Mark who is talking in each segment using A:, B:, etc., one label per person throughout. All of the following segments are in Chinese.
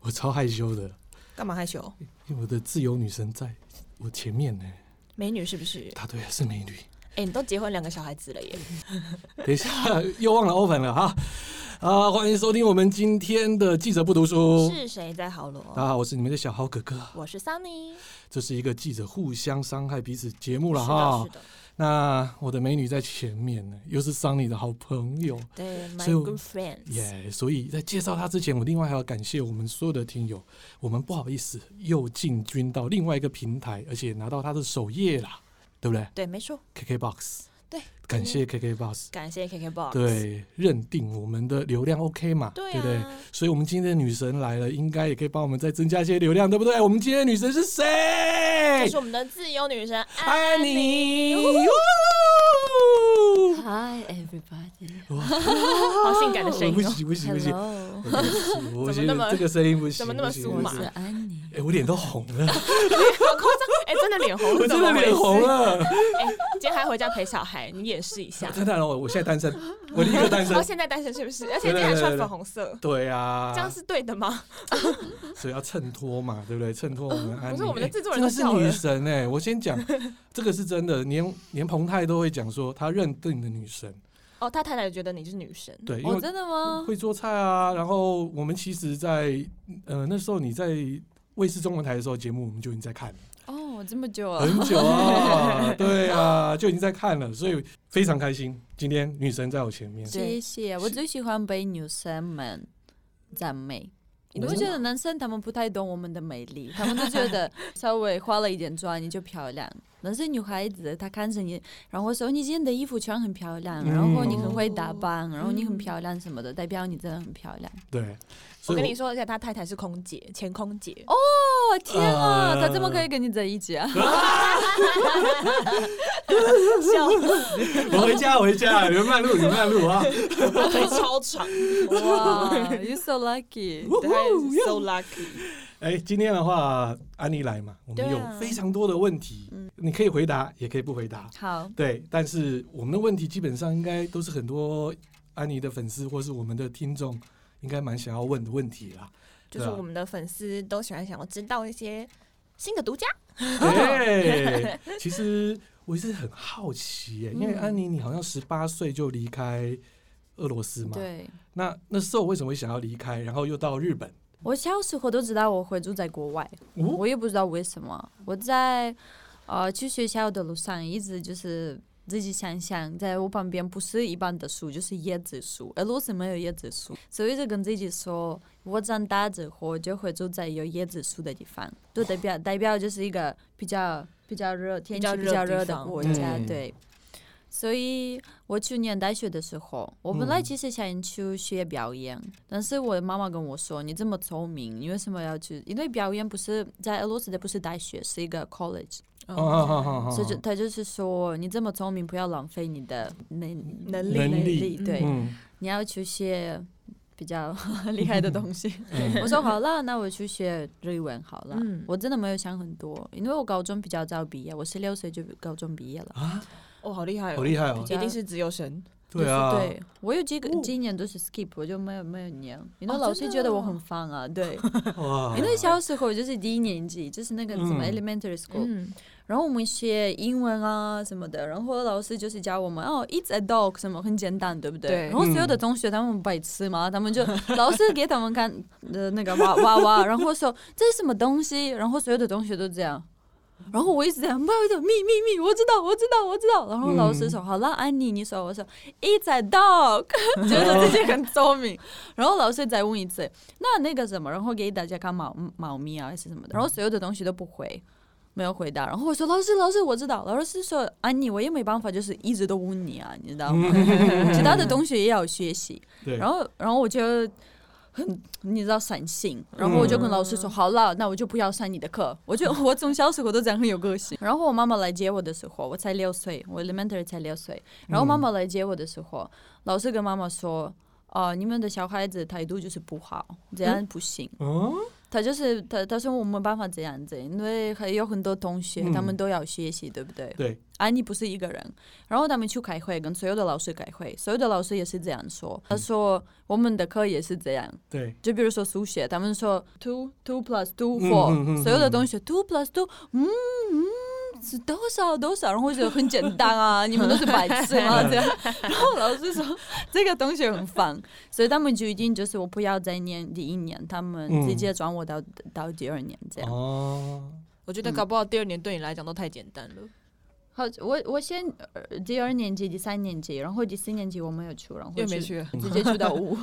A: 我超害羞的，
B: 干嘛害羞？
A: 因为我的自由女神在我前面呢。
B: 美女是不是？
A: 答对了，是美女。
B: 哎、你都结婚两个小孩子了耶！
A: 等一下又忘了 open 了哈。啊，欢迎收听我们今天的记者不读书。
B: 是谁在好罗？
A: 哦大家好，我是你们的小豪哥哥。
B: 我是 Sunny。
A: 这是一个记者互相伤害彼此节目
B: 是
A: 了
B: 的，
A: 哈
B: 是。的，
A: 那我的美女在前面呢，又是桑尼的好朋友。
B: 对，My
A: 所以我
B: good friends。
A: 耶所以在介绍他之前，我另外还要感谢我们所有的听友。我们不好意思又进军到另外一个平台，而且拿到他的首页啦，对不对
B: 对，没错，
A: ？KKBox，
B: 对，嗯
A: 感谢 KKBox，
B: 感谢 KKBOX。
A: 对，认定我们的流量 OK 嘛，
B: 对
A: 不对？
B: 啊，
A: 所以，我们今天的女神来了，应该也可以帮我们再增加一些流量，对不哎对？我们今天的女神是谁
B: 这？是我们的自由女神
A: 安
B: 安妮。
A: 妮。
C: Hi everybody，
A: 哇
B: 好性感的声
A: 不
B: 音哦！
A: 行不行不行！
C: Hello，
A: 我 我
B: 怎
A: 觉
B: 么那么
A: 得这个声音不行，
B: 怎么那么啊
A: 不行
B: 酥
A: 不
C: 我
B: 麻
A: 行
C: 是安妮。
A: 哎、我脸都红了，
B: 哎、真的脸红，
A: 我真的脸红
B: 怎么
A: 了。
B: 回事。哎、今天还回家陪小孩，你演示一下。
A: 真的，我我现在单身，我立刻单 身
B: 哦，。现在单身是不是？而且今天还穿粉红色，
A: 对啊
B: 这，样是对的吗？
A: 所以要衬托嘛，对不对？衬托 我们安
B: 不
A: 妮。
B: 是我们的制作人
A: 哎
B: 都
A: 真的是女神哎、我先讲， 这个是真的，连连彭泰都会讲说，他认定的女神，
B: 哦，他太太觉得你是女神，
A: 对，因
C: 哦，
A: 为
C: 真的吗？
A: 会做菜啊。然后我们其实在，呃那时候你在卫视中文台的时候，节目我们就已经在看了。
C: 哦，这么久啊！
A: 很 久啊，对啊，就已经在看了，所以非常开心。今天女神在我前面，
C: 谢谢，我最喜欢被女生们赞美。你会觉得男生他们不太懂我们的美丽，他们都 觉得稍微化了一点妆你就漂亮。但是女孩子她看着你，然后说你今天的衣服穿很漂亮，
A: 嗯
C: 然后你很会打扮，然后你很漂亮什么的，代表你真的很漂亮。
A: 对，
B: 我
A: 所以
B: 跟你说，而且他太太是空姐，前空 姐。
C: 哦天啊，
A: 呃
C: 他怎么可以跟你在一起啊？
B: 笑，
A: 我我回家我回家，你们慢路你们慢路啊，
B: 腿超 长，
C: 哇，you so lucky！
B: 对，so lucky。
A: 哎，今天的话安妮来嘛，我们
B: 对
A: 有
B: 啊
A: 非常多的问题，
C: 嗯
A: 你可以回答也可以不回答，
C: 好，
A: 对，但是我们的问题基本上应该都是很多安妮的粉丝或是我们的听众应该蛮想要问的问题 啦，
B: 就是
A: 啊
B: 我们的粉丝都喜欢想要知道一些新的独家，
A: 对，哎其实我一直很好奇
C: 嗯
A: 耶，因为安妮，你好像十八岁就离开俄罗斯嘛？。
C: 对。
A: 那那时候为什么会想要离开，然后又到日本？
C: 我小时候都知道我会住在国外，
A: 哦
C: 我也不知道为什么。我在呃去学校的路上一直就是自己想想，在我旁边不是一般的树，就是椰子树，俄罗斯没有椰子树，所以就跟自己说，我长大之后就会住在有椰子树的地方，就代表代表就是一个比较比较热天
B: 较
C: 气
B: 热
C: 比较
B: 的地
C: 热的
B: 方
C: 国家，
A: 嗯
C: 对。所以我去年大学的时候，我本来
A: 嗯
C: 其实想去学表演，但是我的妈妈跟我说：“你这么聪明，你为什么要去？因为表演不是在俄罗斯的，不是大学，是一个 college，、
B: 嗯
A: 哦好好好
C: 所以就她就是说你这么聪明，不要浪费你的能
B: 能
A: 力能力
C: 对，
A: 嗯
C: 你要去学比较 厉害的东西。
A: 嗯
C: 我说好了，那我去学日文好了。
B: 嗯
C: 我真的没有想很多，因为我高中比较早毕业，我十六岁就高中毕业了。
A: 啊，
B: 哦，好厉害哦，
A: 好厉害哦
B: 一！定是自由神，
A: 对啊，
C: 就是对我有几个
A: 哦
C: 今年都是 skip，我就没有没有念，因为
B: 哦
C: 老
B: 真
C: 师
B: 的
C: 觉得我
B: 哦
C: 很烦啊，对，
A: 哇
C: 因为小时候就是低年级，就是那个什么
A: 嗯
C: elementary school，、
B: 嗯，
C: 然后我们学英文啊什么的，然后老师就是教我们哦，it's a dog 什么很简单，对不对？
B: 对
C: 然后所有的同学他们白痴嘛，他们就老师给他们看的那个娃娃娃，然后说这是什么东西，然后所有的同学都这样。然后我一直在没有的秘密密，我知道，我知道，我知道。然后老师说：“好了，安妮，你说。”我说：“It's a dog。”觉得自己很聪明。然后老师再问一次：“那那个什么？”然后给大家看猫猫咪啊还是什么的。然后所有的东西都不会，没有回答。然后我说：“老师，老师，我知道。”老师说：“安妮，我也没办法，就是一直都问你啊，你知
A: 嗯
C: 道吗？ 其他的东西也要学习。”
A: 对，
C: 然后，然后我就很，你知道散心，然后我就跟老师说，好了，那我就不要上你的课。我就我从小时候都这样很有个性。然后我妈妈来接我的时候，我才六岁，我 elementary 才六岁。然后妈妈来接我的时候，老师啊跟妈妈说，呃，你们的小孩子态度就是不好，这样不行。
A: 嗯
C: 他就是他他说我没办法这样子，因为还有很多同学、
A: 嗯
C: 他们都要学习，对不对？
A: 对，
C: 安妮不是一个人，然后他们去开会，跟所有的老师开会，所有的老师也是这样说。他说我们的课也是这样，
A: 对，
C: 就比如说数学，他们说 two two plus two
A: 嗯
C: four，、
A: 嗯嗯
C: 所有的东西 two plus two，嗯嗯，是多少多少，然后我觉得很简单啊，你们都是白痴吗？这样，然后老师说这个东西很烦，所以他们决定就是我不要再念第一年，他们
A: 嗯
C: 直接转我到、到第二年这样。
A: 哦，
D: 我觉得搞不好第二年对你来讲都太简单
B: 嗯
D: 了。
C: 好，我我先呃第二年级、第三年级，然后第四年级我没有去，然后
D: 又没
C: 去
D: 去，啊
C: 直接去 到五，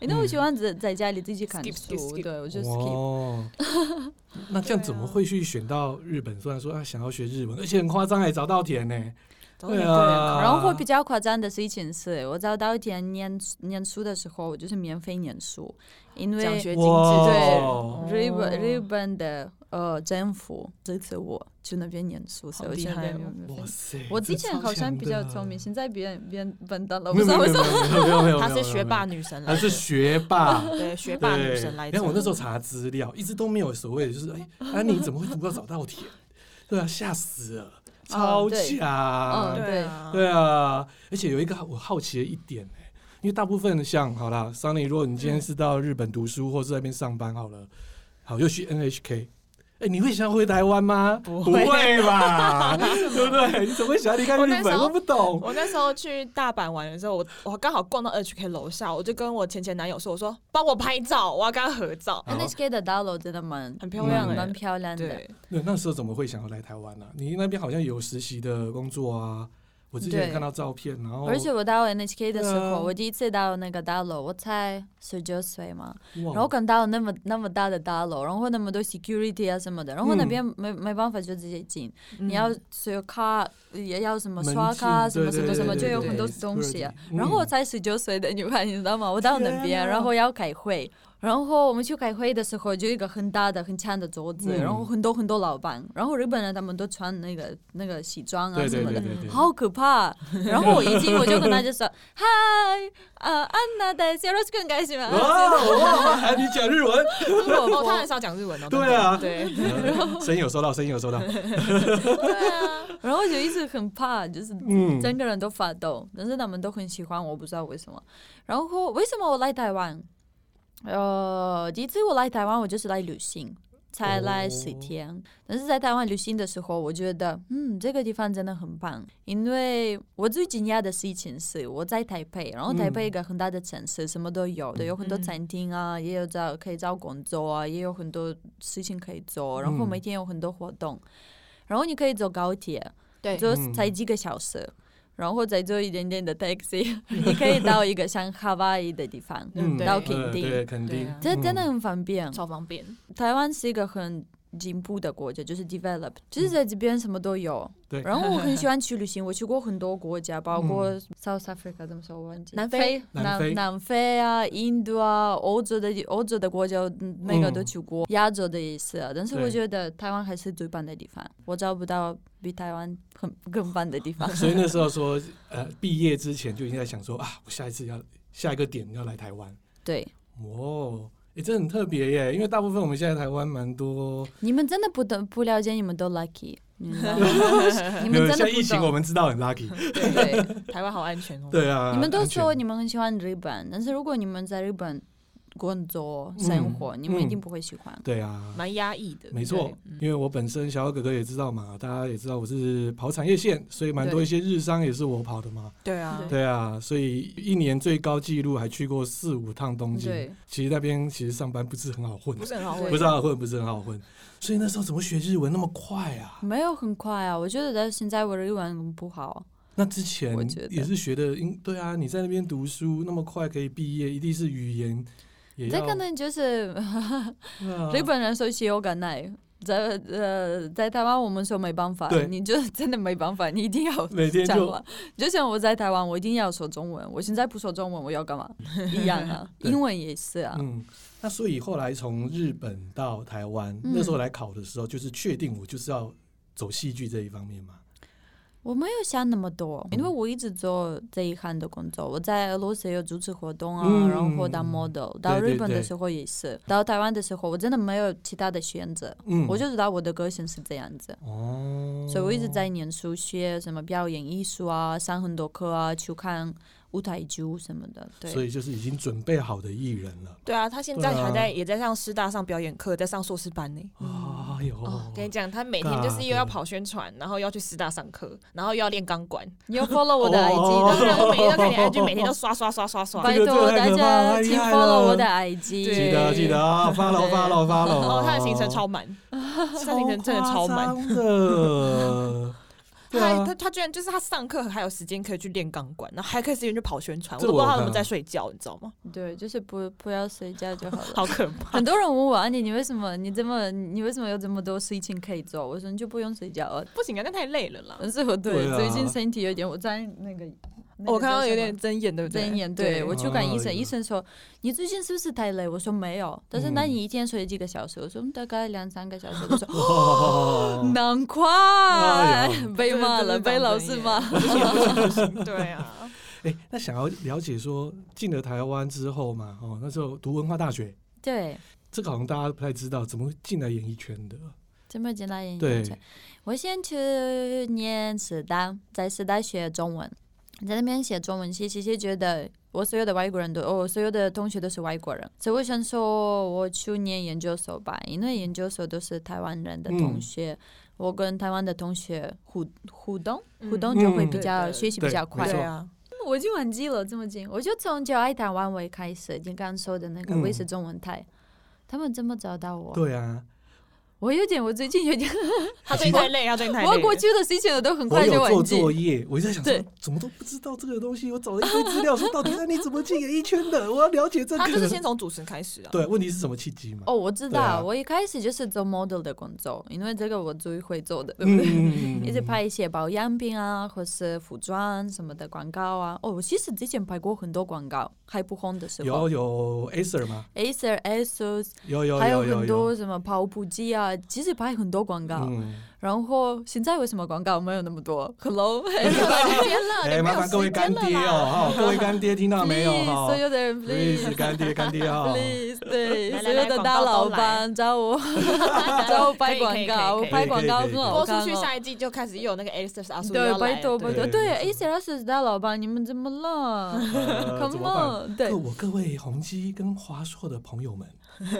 C: 因为我喜欢在在家里自己看
D: Skip,
C: 书
D: skip, skip
C: 对我 就啊 skip。
A: 哦，那这样怎么会去选到日本？虽然说啊想要学日文，而且很夸张，还找稻田呢。
D: 找
A: 对
D: 点
A: 啊，
C: 然后会比较夸张的事情是，我找到一天念念书的时候，我就是免费念书，因
D: 奖
C: 为
D: 学金
A: 哇
D: 制
A: 哦
C: 日本日本的呃政府支持我去那边念书，所以
D: 好
C: 我
D: 厉
C: 去那
D: 害
C: 边
D: 哦
C: 免费
A: 哇。塞！
C: 我
A: 这
C: 之前
A: 超
C: 好像
A: 强
C: 比较
A: 的
C: 聪明，现在变变笨蛋了，我
A: 没
C: 不
A: 有
C: 知
A: 没
C: 道
A: 有
C: 为
A: 没
C: 什么。
A: 有没有没有，
D: 她
A: 没有
D: 是学霸，女神
A: 她
D: 来
A: 是
D: 着，
A: 学 霸。
D: 对学霸女
A: 对，
D: 神来着。
A: 但我那时候查资料，一直都没有所谓的，就是哎，安妮怎么会读到早稻田？对啊，吓死了，超
C: 对嗯
A: 强。
D: 对啊，
A: 对啊，而且有一个我好奇的一点、欸、因为大部分像好啦，Sunny，如果你今天是到日本读书，或是在那边上班好了，好又去 NHK。哎、你会想回台湾吗？不
D: 会
A: 会吧，对不对？你怎么会想要离开
D: 我
A: 日
D: 那时
A: 本？
D: 候
A: 我不懂。
D: 我那时候去大阪玩的时候，我我刚好逛到 HK 楼下，我就跟我前前男友说：“我说帮我拍照，我要跟他合照，
A: 好
C: NHK 的大楼真的蛮
D: 很漂亮
A: 嗯
D: 哎、
C: 蛮漂亮的。
D: 对，
A: 那那时候怎么会想要来台湾呢、你那边好像有实习的工作啊，我之前
C: 对
A: 看到照片，然后
C: 而且我到 NHK 的时
A: 哦对啊
C: 候，我第一次到那个大楼，我才十九岁嘛，
A: 哇
C: 然后感到那么那么大的大楼，然后那么多 security 啊什么的，然后那
A: 嗯
C: 边没、没办法就直接进，
D: 嗯
C: 你要所有卡也要什么
A: 门
C: 刷卡什
A: 禁
C: 么什么什么，
A: 对
C: 就
A: 对
C: 有
A: 对
C: 很多
A: 对
C: 东西、啊
A: security，。
C: 然后我
A: 嗯
C: 才十九岁的女孩，你知道吗？我到那
A: 天啊
C: 边，然后要开会。然后我们去开会的时候，就一个很大的、很强的桌子，
A: 嗯
C: 然后很多很多老板，然后日本人他们都穿那个那个西装啊
A: 对
C: 什
A: 对
C: 么
A: 对
C: 的，
A: 对对，
C: 好可怕！然后我一进，我就跟他就说：“嗨，呃，安娜的 s e r o s 更开心吗？”
A: 哦哇，我忘了喊你讲日文。
D: 哦，他很少讲日文哦。真的
A: 对啊
D: 对，
A: 声音有收到，声音有收到。
C: 然后我就一直很怕，就是
A: 嗯，
C: 整个人都发抖，但是他们都很喜欢我，不知道为什么。然后为什么我来台湾？呃，第一次我来台湾，我就是来旅行，才来十
A: 哦
C: 天。但是在台湾旅行的时候，我觉得，嗯，这个地方真的很棒。因为我最惊讶的事情是，我在台北，然后台北一个很大的城
A: 嗯
C: 市，什么都有的，有很多
D: 嗯
C: 餐厅啊，也有找可以找工作啊，也有很多事情可以做，然后
A: 嗯
C: 每天有很多活动，然后你可以坐高铁，
D: 对
C: 就
A: 嗯
C: 才几个小时，然后再坐一点点的 taxi，你可以到一个像哈瓦伊的地方，
A: 嗯，
D: 对
C: 到
A: 呃
C: 垦丁，
A: 对，肯定
D: 对啊，
C: 这真的
A: 嗯
C: 很方便。
D: 超方便。
C: 台湾是一个很进步的国家，就是 develop，就是在这边什么都有。
A: 嗯对嗯
C: 然后我很喜欢去旅行，我去过很多国家，包括 South Africa，怎么说我忘记，
D: 南非、
A: 南
C: 南
A: 非
C: 南非啊、印度啊、欧洲的欧洲的国家，嗯那个都去过，亚洲的也是啊。但是
A: 对
C: 我觉得台湾还是最棒的地方，我找不到比台湾很更棒的 地方。
A: 所以那时候说，呃，毕业之前就已经在想说啊，我下一次要下一个点要来台湾。
C: 对，
A: 哦，诶，这很特别耶，因为大部分我们现在台湾蛮多，
C: 你们真的不懂不了解，你们都 lucky，你知道吗 你们
A: 呃
C: 真
A: 像
C: 的
A: 疫
C: 不
A: 情我
C: 懂。
A: 们知道很 lucky，
C: 对，
D: 台湾好安全哦。
A: 对啊，
C: 你们都
A: 安全
C: 说你们很喜欢日本，但是如果你们在日本工作
A: 嗯
C: 生活，你们一
A: 嗯
C: 定不会喜欢。
A: 对啊，
D: 蛮压抑的。
A: 没错
D: 对，嗯
A: 因为我本身小欧哥哥也知道嘛，大家也知道我是跑产业线，所以蛮多
D: 对
A: 一些日商也是我跑的嘛，
D: 对啊，
C: 对
A: 对啊，所以一年最高纪录还去过四五趟东京，
C: 对，
A: 其实那边其实上班不是很好混
D: 不，是很好
C: 对
D: 混，
A: 不是很好混，不是很好混，所以那时候怎么学日文那么快啊？
C: 没有很快啊，我觉得到现在我日文很不好。
A: 那之前
C: 我觉得
A: 也是学的，应对啊，你在那边读书那么快可以毕业，一定是语言也
C: 这
A: 要嗯
C: 可能就是
A: 对啊
C: 日本人说是有感耐，在呃在台湾我们说没办法
A: 对，
C: 你就真的没办法，你一定要
A: 每天
C: 讲
A: 就
C: 话。就像我在台湾，我一定要说中文，我现在不说中文，我 要干嘛？一样啊，
A: 对
C: 英文也是啊。
A: 嗯，那所以后来从日本到台湾，
C: 嗯
A: 那时候来考的时候，就是确定我就是要走戏剧这一方面嘛。
C: 我没有想那么多，
A: 嗯
C: 因为我一直做这一行的工作。我在俄罗斯也有主持活动啊，
A: 嗯
C: 然后当 model，到
A: 对
C: 日本
A: 对
C: 的时候也是，到台湾的时候我真的没有其他的选择，
A: 嗯，
C: 我就知道我的个性是这样子，
A: 哦，
C: 所以我一直在念书，学什么表演艺术啊，上很多课啊，去看舞台剧什么的。
A: 所
C: 对，
A: 以就是已经准备好的艺人了。
D: 对啊，他现在还在、也在上师大上表演课，在上硕士班呢。
A: 哎呦，
D: 哦，跟你讲，他每天就是又要跑宣传，然后要去师大上课，然后又要练钢管。
C: 你有 follow 我的
A: 哦
C: IG，
D: 当然，我每天都看你 IG，每天都 刷刷刷刷刷。
C: 拜
A: 这个
C: 托
A: 太
C: 大
A: 可怕了
C: 家请
A: 太厉害了
C: follow 我的
A: 记
D: 对
C: IG。
A: 得记得啊，follow 哦
C: 对哦
A: follow follow。
D: 然后他的行程超满， 他的行程真的超满。
A: 满的。对
D: 他还
A: 啊
D: 他他居然就是他上课还有时间可以去练钢管，然后还可以时间去跑宣传，我
A: 这
D: 都不知
A: 我
D: 道他
A: 看
D: 们
A: 啊
D: 在睡觉，你知道吗？
C: 对，就是不不要睡觉就好了。
D: 好可怕
C: 很！多人问我，安妮，你为什么你这么你为什么有这么多事情可以做？我说你就不用睡觉了。
D: 不行啊，那太累了 啦。
C: 但是我对
A: 对啊
C: 最近身体有点，我在那个，那个
D: 我看
C: 叫
D: 到
C: 什
D: 有
C: 么
D: 点睁眼，对不对？
C: 睁眼，对我去看医生，
A: 哎呦
C: 医生说你最近是不是太累？我说没有，但是那
A: 嗯
C: 你一天睡几个小时？我说嗯大概两三个小时。我说
A: 哦
C: 难怪、
A: 哎呦
C: 被骂了，
D: 真的
C: 被老师骂。
D: 不行不行不行对啊，
A: 哎、那想要了解说进了台湾之后嘛，哦，那时候读文化大学，
C: 对，
A: 这个好像大家不太知道，怎么会进来演艺圈的？
C: 这么简单演
A: 对
C: 一下。我先去念师大，在师大学中文，在那边写中文系，其实觉得我所有的外国人都，哦我所有的同学都是外国人，所以我想说我去念研究所吧，因为研究所都是台湾人的同学，
A: 嗯
C: 我跟台湾的同学互互动，互动就会比较、
D: 嗯
C: 学习比较快
A: 没。
D: 对
A: 错
D: 啊，
C: 我就忘记了这么近，我就从就爱台湾为开始，你刚刚说的那个
A: 嗯
C: 卫视中文台，他们怎么找到我？
A: 对啊，
C: 我有点，我最近有点。
D: 他最近太累，他最近太累
C: 我
D: 了。
C: 过去的事情我都很
A: 我
C: 快就
A: 有做
C: 忘记。
A: 作业，我就在想说
C: 对，
A: 怎么都不知道这个东西，我找了一堆资料，说到底那你怎么进演艺圈 的？我要了解这
D: 他就是
A: 个。
D: 先从主持人开始啊。
A: 对，问题是什么契机嘛？
C: 哦，我知
A: 对
C: 道，
A: 啊
C: 我一开始就是做 model 的工作，因为这个我最会做的，对不对？
A: 嗯，嗯
C: 一直拍一些保养品啊，或是服装什么的广告啊。哦，我其实之前拍过很多广告，还不红的时
A: 有
C: 候
A: 有 Acer 吗？
C: ，Acer、ASUS，
A: 有有
C: 还有
A: 有
C: 很多什么跑步机啊，其实拍很多广告。
A: 嗯，
C: 然后现在为什么广告没有那么多？Hello，
D: 没
C: 哎
D: 有时间了，
A: 哎，
D: 你没
A: 麻
D: 有
A: 烦各位
D: 时
A: 干
D: 间了
A: 爹
D: 啦。
A: 哦，哈，各位干爹听到没有
C: Please，
A: 哈
C: 所有的人
A: ？Please，
C: ，please。
A: 干爹干爹哦。
C: Please，对，
D: 来来
C: 所有的
D: 来
C: 大
D: 广告
C: 老
D: 都来
C: 板找 我找我拍
D: 可
C: 广
D: 以可以可以
C: 告，我
D: 可以
C: 拍广告
A: 可以可以
C: 很
A: 可以
C: 好
D: 播出
C: 看
D: 去，
C: 哦。
D: 下一季就开始又有那个 a s
A: 啊
D: s 阿叔
C: 对，
D: 要来
C: 拜托拜
D: 对
C: 托，
A: 对
C: 对
A: 没
C: a
A: 错
C: c r s 大老板，你们怎么了
A: 呃怎
C: ？Come
A: 么办？各
C: on，对，
A: 我各位宏基跟华硕的朋友们，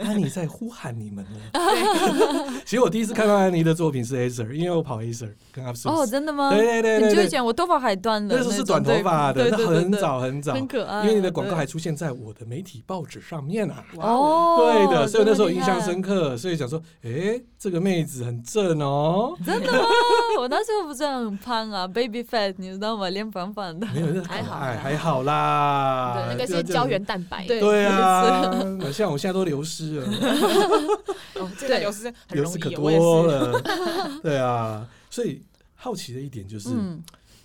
A: 安妮在呼喊你们 了。 其实我第一次看到安妮的作品是 Acer，因为我跑 Acer 跟 a p s u
C: 哦，
A: s
C: 真的吗？
A: 对对对
C: 很久
A: 对
C: 以
A: 对，
C: 前我头发还短的，
A: 那时候是
C: 种
A: 短头发的，
C: 对
A: 那
C: 对对
A: 很
C: 对，
A: 早很早，
C: 很
A: 因
C: 可爱。
A: 为你的广告
C: 对
A: 还出现在我的媒体报纸上面啊。
C: 哦，
A: 对的，所以那时候印象
C: 刻
A: 深。刻，所以想说，诶，这个妹子很正哦。
C: 真的吗？ 我那时候不是很胖啊，baby fat，你知道吗？脸反反的。
A: 没有，那
D: 还好
A: 哎
D: 还好
A: 还好啦。
D: 那个
A: 这
D: 是
A: 这
D: 胶原蛋白，
C: 对
A: 对啊， 像我现在都流失了。
D: 哦，这个流失很
A: 流
D: 容
A: 失
D: 易，
A: 可
D: 我也是
A: 多了。 对啊，所以好奇的一点就是，
C: 嗯，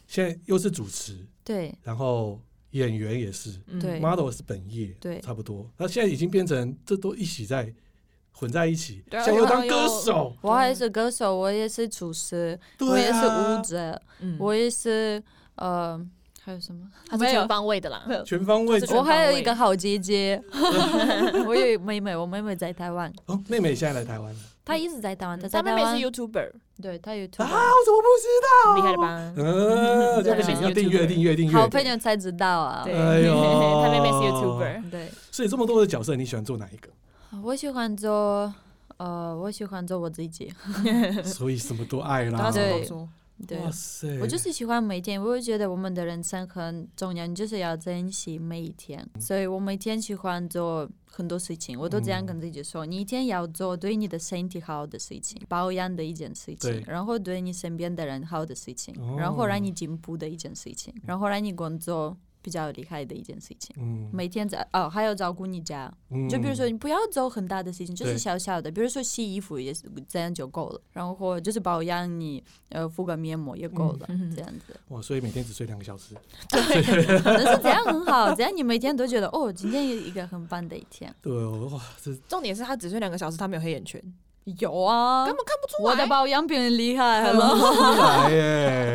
A: 现在又是主持，
C: 对
A: 然后演员也是
D: 嗯
C: 对
A: ，model 是本业，
C: 对
A: 差不多。那现在已经变成这都一起在混在一起，
D: 对啊
A: 像又当
D: 然后
A: 歌
D: 又
A: 手，
C: 我还是歌手，我也是厨师，我
A: 对
C: 也是
A: 啊
C: 舞，者，
D: 嗯
C: 我也是呃，还有什么？
D: 它是
C: 没有
D: 全方位的啦。
A: 全方位
D: 这。全
C: 我
D: 方
C: 还有一
D: 位
C: 个好姐 姐，我有妹妹，我妹妹在台湾，
A: 哦，妹妹现在来台 湾了，
C: 她一直在台湾，她在
D: 嗯他妹
C: 台
D: 妹
C: 湾，哦
D: 是 YouTuber，
C: 对她有
A: 啊，我怎么不知道？
D: 厉害了？吧？
A: 嗯，
D: 对啊
A: 这不
C: 妹妹
A: 行，
D: 是
A: 要订阅
D: YouTuber
A: 订阅订阅。
C: 好朋友才知道啊。
D: 对，
A: 哎呦
D: 他妹妹是 YouTuber，
C: 对，
A: 所以这么多的角色，你喜欢做哪一个？
C: 我喜欢做，呃，我喜欢做我自己。
A: 所以什么都爱啦。
D: 他什么
C: 对
D: 都说，
C: 对，
A: 哇塞，
C: 我就是喜欢每一天，我会觉得我们的人生很重要，你就是要珍惜每一天。所以我每天喜欢做很多事情，我都这
A: 嗯
C: 样跟自己说：你一天要做对你的身体好的事情，保养的一件事
A: 对
C: 情，然后对你身边的人好的事情，然后
A: 哦
C: 让你进步的一件事情，然后让你工作比较厉害的一件事情。
A: 嗯，
C: 每天在哦，还要照顾你家，
A: 嗯
C: 就比如说，你不要做很大的事情，就是
A: 对
C: 小小的，比如说洗衣服也是这样就够了，然后就是保养你呃敷个面膜也够了，
D: 嗯
C: 这样子。
A: 哇，所以每天只睡两个小时。
C: 但是这样很好，这样你每天都觉得哦，今天有一个很棒的一天。
A: 对，哇，这
D: 重点是他只睡两个小时，他没有黑眼圈，
C: 有啊
D: 根，本看不出来。
C: 我的保养比你厉害，Hello。
A: 看不出来耶！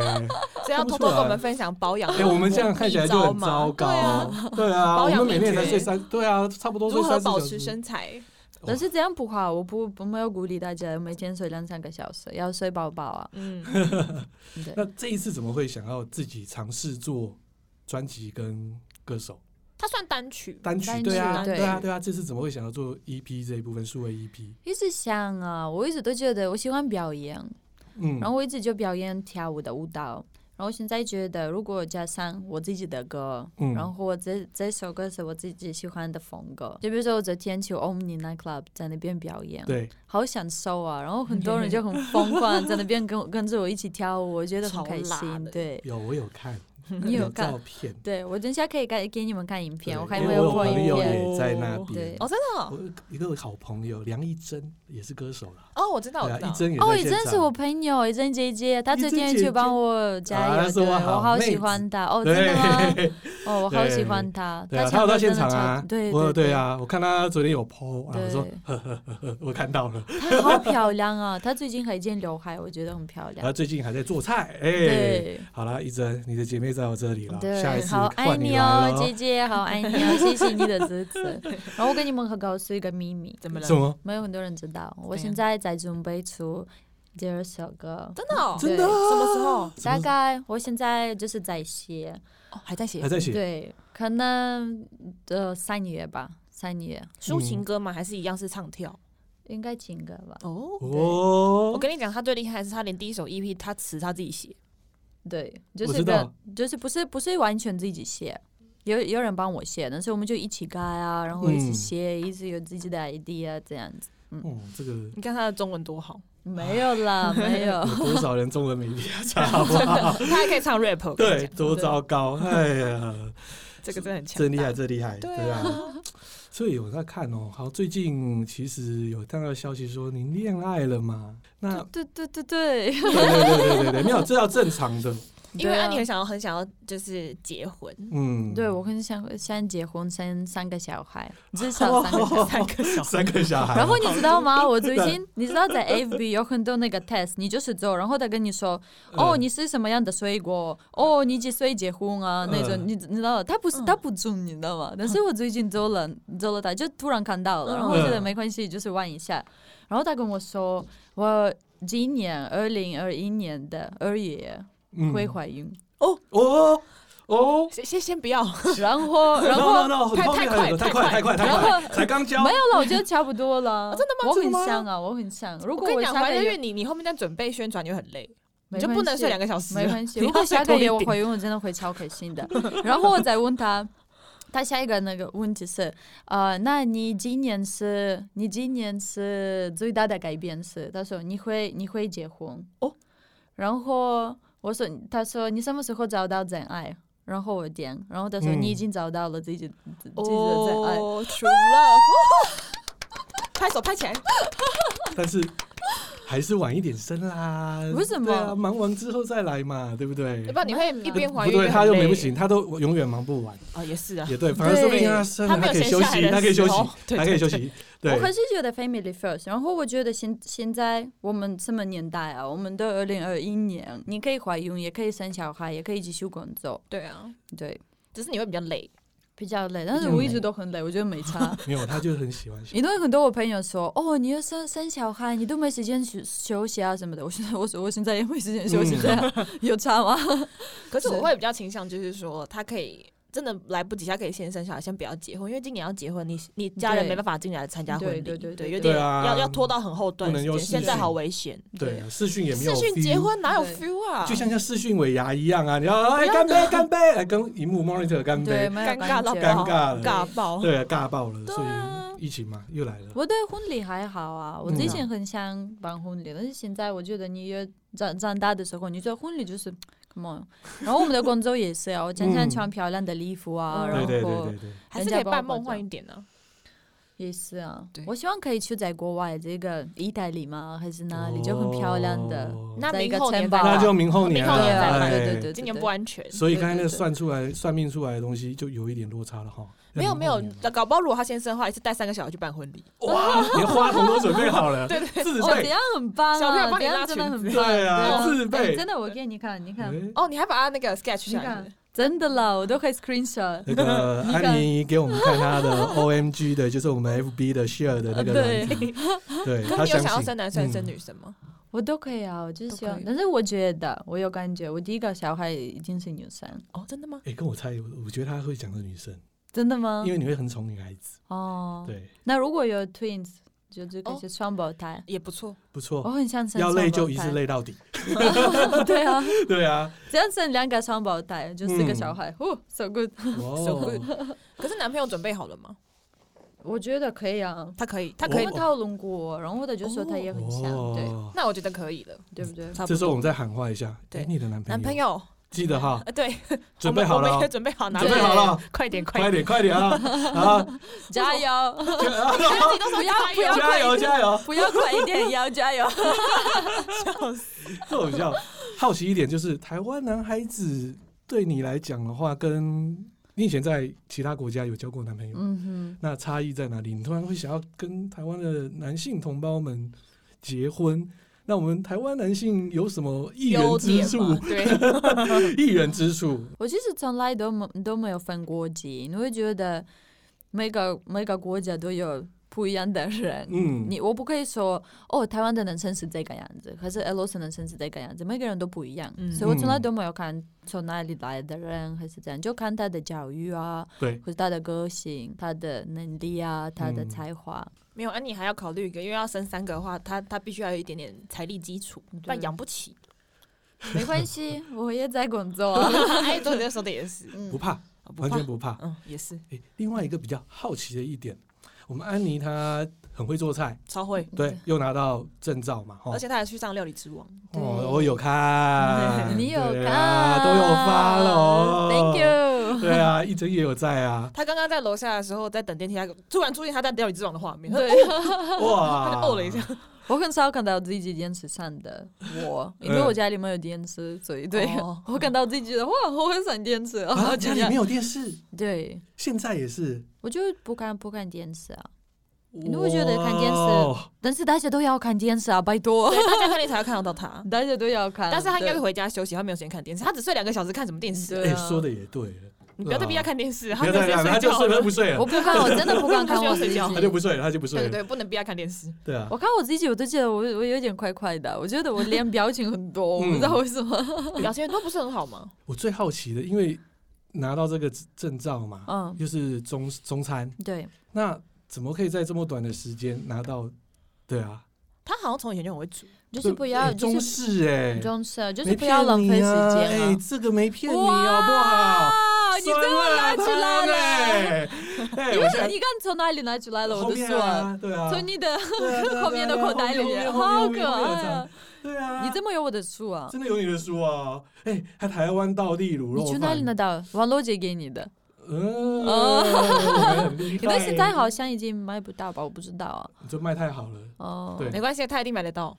D: 谁要偷偷跟我们分享保养？
A: 哎，我们这样看起来就很糟
D: 对啊
A: 糕。对 啊，我
D: 保养
A: 们每天
D: 秘
A: 才
D: 诀
A: 睡三，对啊，差不多睡
D: 如
A: 三
D: 何
A: 四小
D: 保持
A: 时。
D: 身材？
C: 但是这样不好，我不我没有鼓励大家每天睡两三个小时，要睡饱饱啊。
D: 嗯，
C: 对，
A: 那这一次怎么会想要自己尝试做专辑跟歌手
D: 它算单曲，
A: 单曲？
C: 单
A: 对啊，
C: 曲对
A: 对啊，对啊，这次怎么会想要做 EP 这一部分数位 E EP？
C: 一直想啊，我一直都觉得我喜欢表演，
A: 嗯，
C: 然后我一直就表演跳舞的舞蹈，然后现在觉得如果加上我自己的歌，
A: 嗯
C: 然后我这这首歌是我自己喜欢的风格，就比如说我昨天去 Omni Night Club 在那边表演，
A: 对，
C: 好享受啊，然后很多人就很疯 狂在那边跟我跟着我一起跳舞，我觉得很
D: 超
C: 开
D: 辣
C: 心。
D: 的
C: 对，
A: 有我有看，
C: 你有看
A: 照片？
C: 对我等一下可以给给你们看影片，
A: 对
C: 我还
A: 因
C: 没
A: 为我有
C: 播影
A: 朋友
C: 片。
A: 也在那边
C: 对。
D: 哦，真的哦
A: 我一个好朋友梁一珍也是歌手啦，
D: 哦，我知道，我
A: 对啊，
D: 知
A: 一
D: 道，
A: 珍也
C: 哦，
A: 在
C: 也
A: 现
C: 真是
A: 场
C: 我朋友，也哎真姐姐，她昨天去帮我加
A: 啊
C: 油，
A: 她
C: 对
A: 说我好
C: 我好
A: 妹
C: 喜
A: 子
C: 欢她。哦，真的吗？
A: 对
C: 哦，我好喜欢她，
A: 对啊，他
C: 唱
A: 有到
C: 歌真
A: 现
C: 的
A: 场
C: 超
A: 啊，
C: 对
A: 我有
C: 对
A: 对，啊，我看他昨天有 PO，然后我说
C: 对
A: 呵呵呵呵，我看到了，
C: 她 好漂亮啊！她最近还剪刘海，我觉得很漂
A: 然后
C: 亮。
A: 最近还在做菜，哎，
C: 对
A: 好啦，一珍，你的姐妹在我这里了，下一
C: 对，
A: 次
C: 好爱
A: 换
C: 你
A: 来
C: 哦，
A: 了
C: 姐，姐，好爱你 哦，谢谢你的支持。然后我跟你们告诉一个秘密，
D: 怎么了
A: 什？么？
C: 没有很多人知道，我
D: 怎样
C: 现在在准备出第二首歌，
D: 真的哦，
C: 真
A: 啊
C: 的
D: 什么时候？
A: 什么
C: 大概我现在就是在写。
D: 哦，还在写
A: 还在写？
C: 对，可能呃三月吧，三月
A: 嗯
D: 抒情歌吗？还是一样是唱跳？
C: 应该情歌吧。
D: 哦，我
A: 哦，
D: 跟你讲，他最厉害的是他连第一首 EP 他词他自己写，
C: 对，就
A: 我
C: 是
A: 知
C: 个
A: 道
C: 就是不是不是完全自己写，有有人帮我写，但是我们就一起改啊，然后一起
A: 嗯
C: 写，一直有自己的 idea 这样子。
A: 嗯，这个
D: 你看他的中文 多好，
C: 没有啦，没有。
A: 有多少人中文没比他差，好不好？
D: 他还可以唱 rap，我跟你
A: 啊对，
D: 讲
A: 多糟糕，哎呀，
D: 这个真的很强，
A: 真厉害，，真厉害，
D: 对
A: 对啊。
D: 啊，
A: 所以有在看哦，好，最近其实有看到消息说您恋爱了嘛？那
C: 对对对对，
A: 对对对对对对，没有，这要正常的。
D: 因为
C: 对啊
D: 安妮很想要很想要就是结婚，
A: 嗯，
C: 对我很想先结婚，生三个小孩，至少三个小孩。
D: 三个小时
A: 三个小孩，哦
C: 然后你知道吗？我最近你知道在 FB 有很多那个 test，你就是做，然后他跟你说，哦，
A: 嗯
C: 你是什么样的水果？哦，你几岁结婚啊？那种
A: 嗯
C: 你你知道，他不是他不准，你知道
D: 嗯
C: 吗？但是我最近做了做了它，就突然看到了，然后我觉得
A: 嗯
C: 没关系，就是玩一下。然后他跟我说，我今年二零二一年的二月
A: 嗯
C: 会怀孕，
A: 哦哦，
D: 先先先不要，
C: 然后然后
A: no, no, no,
D: 太
A: 后面
D: 太
A: 还有
D: 快
A: 太快太快太
C: 然后
A: 快，才刚交
C: 没有了，我觉得差不多了。真的
D: 吗
C: 我
D: 真的吗
C: 很想啊，我很想。如
D: 我
C: 果
D: 跟你讲，
C: 下
D: 怀
C: 个
D: 了
C: 月
D: 孕你你后面再准备宣传你会很累，
C: 没
D: 你就不能
C: 关系
D: 睡两个小时，
C: 没关系，
D: 你
C: 如果
D: 要睡
C: 下个
D: 多一
C: 月我
D: 点
C: 怀孕，我真的会超开 心的。然后我再问他，他下一个那个问题是，呃，那你今年是你今年是最大的改变是？他说你会你会结婚
D: 哦，
C: 然后我说他说你什么时候找到真爱？然后我点，然后他说
A: 嗯
C: 你已经找到了自己、自自己的真 爱。
D: 哦，true love，拍手拍起来，
A: 但是还是晚一点生啦。
C: 为什么
A: 对啊，忙完之后再来嘛，对不对？
D: 要不然你会一边怀
A: 不
D: 孕一边
A: 对，
D: 很
A: 他又没
D: 累
A: 不行，他都永远忙不完，
D: 啊，也是啊，
A: 也对，反正说不定他生了，
D: 他没
A: 他
D: 有
A: 可以
D: 闲
A: 休息
D: 下来，的
A: 他可以休
D: 时候
A: 息，
D: 对
A: 他可以休息，
C: 我还
A: 对，
C: 是觉得 family first。然后我觉得现现在我们什么年代啊？我们都二零二一年，你可以怀孕，也可以生小孩，也可以继续工作，
D: 对啊，
C: 对，
D: 只是你会比较累，
C: 比较累。但
A: 比
C: 是
A: 较
C: 我一直
A: 累
C: 都很累，我觉得没差。
A: 没有，他就很喜欢 小孩。
C: 因为很多我朋友说，哦，你要生生小孩，你都没时间休休息啊什么的。我现在我说我现在也没时间休息，
A: 嗯
C: 这样有差吗？
D: 可是
C: 是
D: 我会比较倾向就是说，他可以真的来不及，他可以先生小孩，先不要结婚，因为今年要结婚，你你家人
C: 对
D: 没办法进来参加婚礼，
C: 对对对对
D: 有
A: 对
D: 点
A: 啊
D: 要要拖到很后段
A: 不能
D: 时间，
A: 用视
D: 现在
A: 讯
D: 好危险。
A: 对啊，视讯也没有
D: 视讯结
A: feel
D: 婚哪有
C: 对
D: feel 啊？
A: 就像像视讯尾牙一样啊，你要哎
D: 不要
A: 干杯干杯，哎跟荧幕 monitor 干
C: 对，
A: 杯，
C: 没有
D: 尴尬到
C: 感
A: 尬
C: 觉
A: 不好了
D: 尬爆，
A: 对，尬爆了，
D: 对
A: 所
D: 啊
A: 以疫情嘛又来了。
C: 我对婚礼还好啊，我
A: 嗯
C: 之前很想办婚礼，但是现在我觉得你越长长大的时候，你觉得婚礼就是 come on。然后我们的工作也是啊， 我常常穿漂亮的礼服啊，
D: 嗯
C: 然
A: 对
C: 后
A: 对对对对，
D: 还是可以办梦幻一点呢。
C: 也是啊
D: 对，
C: 我希望可以去在国外这个意大利嘛，还是哪里，就很漂亮的。
A: 哦
D: 那
C: 在一
D: 明
C: 个
D: 后年
C: 城
D: 吧
C: 堡
A: 那就明后
D: 明
A: 年
D: 后
A: 了，
D: 年再
A: 哎
D: 办
C: 对对对对
D: 今年不安全。
A: 所以刚才那
C: 对
A: 个
C: 对对
A: 算出来、算命出来的东西，就有一点落差了哈。
D: 没有没有
A: 明后年，
D: 搞不好如果他先生的话，也是带三个小孩去办婚礼。
A: 哇，连花童都准备好了，对对，自
C: 哦，这
A: 备，
C: 样很棒
D: 小朋友
C: 啊！
D: 帮
C: 这
D: 你拉
C: 样真的
D: 裙
C: 很
D: 子
C: 棒，
A: 对啊，
C: 对
A: 自
C: 哎
A: 备
C: 真。的，我给你看，你看，
A: 哎
D: 哦，你还把他那个 sketch
C: 你
D: 下来
C: 看，，真的啦，我都会 screenshot。
A: 那 个
C: 你看
A: 安妮给我们看她的 O M G 的，就是我们 F B 的 share 的那 个
C: 对
A: 软体，对，
D: 可是
A: 她
D: 你有
A: 相
D: 想要
A: 信
D: 生男生还是生
A: 嗯
D: 女生吗？
C: 我都可以啊，我就是希
D: 都可
C: 望
D: 以。
C: 但是我觉得，我有感觉，我第一个小孩已经是女生，
D: 哦，真的吗？
A: 哎、跟我猜，我我觉得她会讲的女生，
C: 真的吗
D: 嗯
A: 因？为你会很宠女孩子，
C: 哦，
A: 对，
C: 那如果有 twins，就就可以
D: 哦
C: 是双胞胎。
D: 也不错，
A: 不错，
C: 我很想生
A: 哦 要
C: 双胞胎
A: 累就一次，累到底，
C: 对啊，
A: 对 啊，
C: 这样生两个双胞胎，就四个
A: 嗯
C: 小孩，哦，so good。
A: 哦，
D: 可是男朋友准备好了吗？
C: 我觉得可以啊，
D: 他可以，他
A: 哦
D: 可以
C: 我们。讨论过，然后他就说他也很想，对
A: 哦，
D: 那我觉得可以了，
C: 对不对？
D: 差不多。
A: 这时候我们再喊话一下，
D: 对
A: 哎你的男朋友，
D: 男朋友，
A: 记 得哈，
D: 呃，对，
A: 准备好了
D: 我们
A: 哦
D: 也，准备好，拿
A: 准备好了，哦
D: 快点，快
A: 快点，
D: 点，
A: 快点啊！啊，
C: 加 油！
D: 不
C: 要不要
A: 加油，加油！
C: 不要快一点，也要加油！
A: 这我比较好奇一点，就是台湾男孩子对你来讲的话，跟你以前在其他国家有交过男朋友，
C: 嗯
A: 那差异在哪里？你突然会想要跟台湾的男性同胞们结婚？那我们台湾男性有什么一人
D: 优
A: 之
D: 点 嘛
A: 处？
D: 对，
A: 一人之处，
C: 哼，我其实从来都没都没有分国籍，因为觉得每个每个国家都有不一样的人。
A: 嗯，
C: 你我不可以说哦，台湾的男生是这个样子，还是俄罗斯男生是这个样子，每个人都不一样，
D: 嗯
C: 所以我从来都没有看从哪里来的人还是这样，就看他的教育啊，
A: 对，
C: 或者他的个性、他的能力啊、他的
A: 嗯
C: 才华，
D: 没有，安啊妮还要考虑一个，因为要生三个的话，他他必须要有一点点财力基础，不然养不起。
C: 没关系，我也在工作。
D: 哎，周姐说的也是，
A: 不怕，
D: 啊
A: 完全，不怕。
D: 嗯，也是
A: 诶另外一个比较好奇的一点，我们安妮她很会做菜，
D: 超会，
A: 对，又拿到证照嘛，哈
D: 而。且他还去上料理之王，
C: 对
A: 哦，我有 看，
C: 你有
A: 对
C: 看，
A: 啊，都有发了哦
C: Thank you。
A: 对啊，一直也有在 啊，
D: 他刚刚在楼下的时候，在等电梯，他突然出现他在料理之王的画面，
C: 对，
A: 哇，
D: 他就哦了一 下，
C: 我很少看到自己电视上的我，
A: 嗯
C: 因为我家里没有电视，所以对、
D: 哦
C: 我看到自己的哇，我很想电视
A: 啊，
C: 哦，
A: 家
C: 这
A: 里
C: 样
A: 没有电视，
C: 对，
A: 现在也是，
C: 我就不看不看电视啊，
A: 你
C: 会觉得看电视但是大家都要看电视啊，拜托，
D: 对，大家看你才会看得到 他。
C: 大家都要看。
D: 但是他应该会
C: 对
D: 回家休息，他没有时间看电视。他只睡两个小时，看什么电视？
A: 哎
C: 对，啊
A: 说的也对，
D: 你不要再逼他看电视，他
A: 不
D: 没
A: 要
D: 有
A: 再
D: 时
A: 看
D: 间
A: 了，他就
D: 睡觉
A: 睡，他
D: 了。
A: 不睡
C: 我
A: 了，
C: 不看，我真 的不敢看我自己。
A: 他就不睡了，他就不睡
D: 对对
A: 了，
D: 对，不能逼他看电视。
A: 对啊
C: 我，看我自己，我都觉得我我有点快快的，啊我觉得我脸表情很多，
A: 嗯
C: 我不知道为什么。
D: 表现都不是很好吗？
A: 我最好奇的，因为拿到这个证照嘛，
C: 嗯，
A: 又是中中餐，
C: 对，
A: 那怎么可以在这么短的时间拿到？对啊，
D: 他好像从以前就很会煮，
C: 就是不要，
A: 哎
C: 就
A: 中
C: 是
A: 式哎，
C: 中式啊，就是
A: 没
C: 不要
A: 骗
C: 浪
A: 你
C: 费时间
A: 啊
C: 啊。
A: 哎，这个没骗你好不好？
C: 哇，你
A: 酸
C: 真的拿
A: 辣
C: 出来了！
A: 汤哎！哎，
C: 因
A: 我现在
C: 为你看从哪里拿出来了，我
A: 后
C: 都
A: 面
C: 说了，
A: 啊，对啊，
C: 从你的
A: 对啊对啊
C: 后面的口袋里
A: 对啊
C: 面，
A: 后
C: 好
A: 面
C: 可
A: 后面后面有
C: 爱
A: 章
C: 啊！
A: 对啊，
C: 你怎么有我的书啊？
A: 真的有你的书啊？哎，还台湾道地卤肉
C: 你
A: 饭
C: 去哪里？拿到？王罗姐给你的，
A: 嗯，
C: 哦
A: 很 厉害
C: 因为现在好像已经买不到吧？我不知道啊。
A: 你这卖太好了，
C: 哦，
A: 对
D: 没关系，他一定买得到。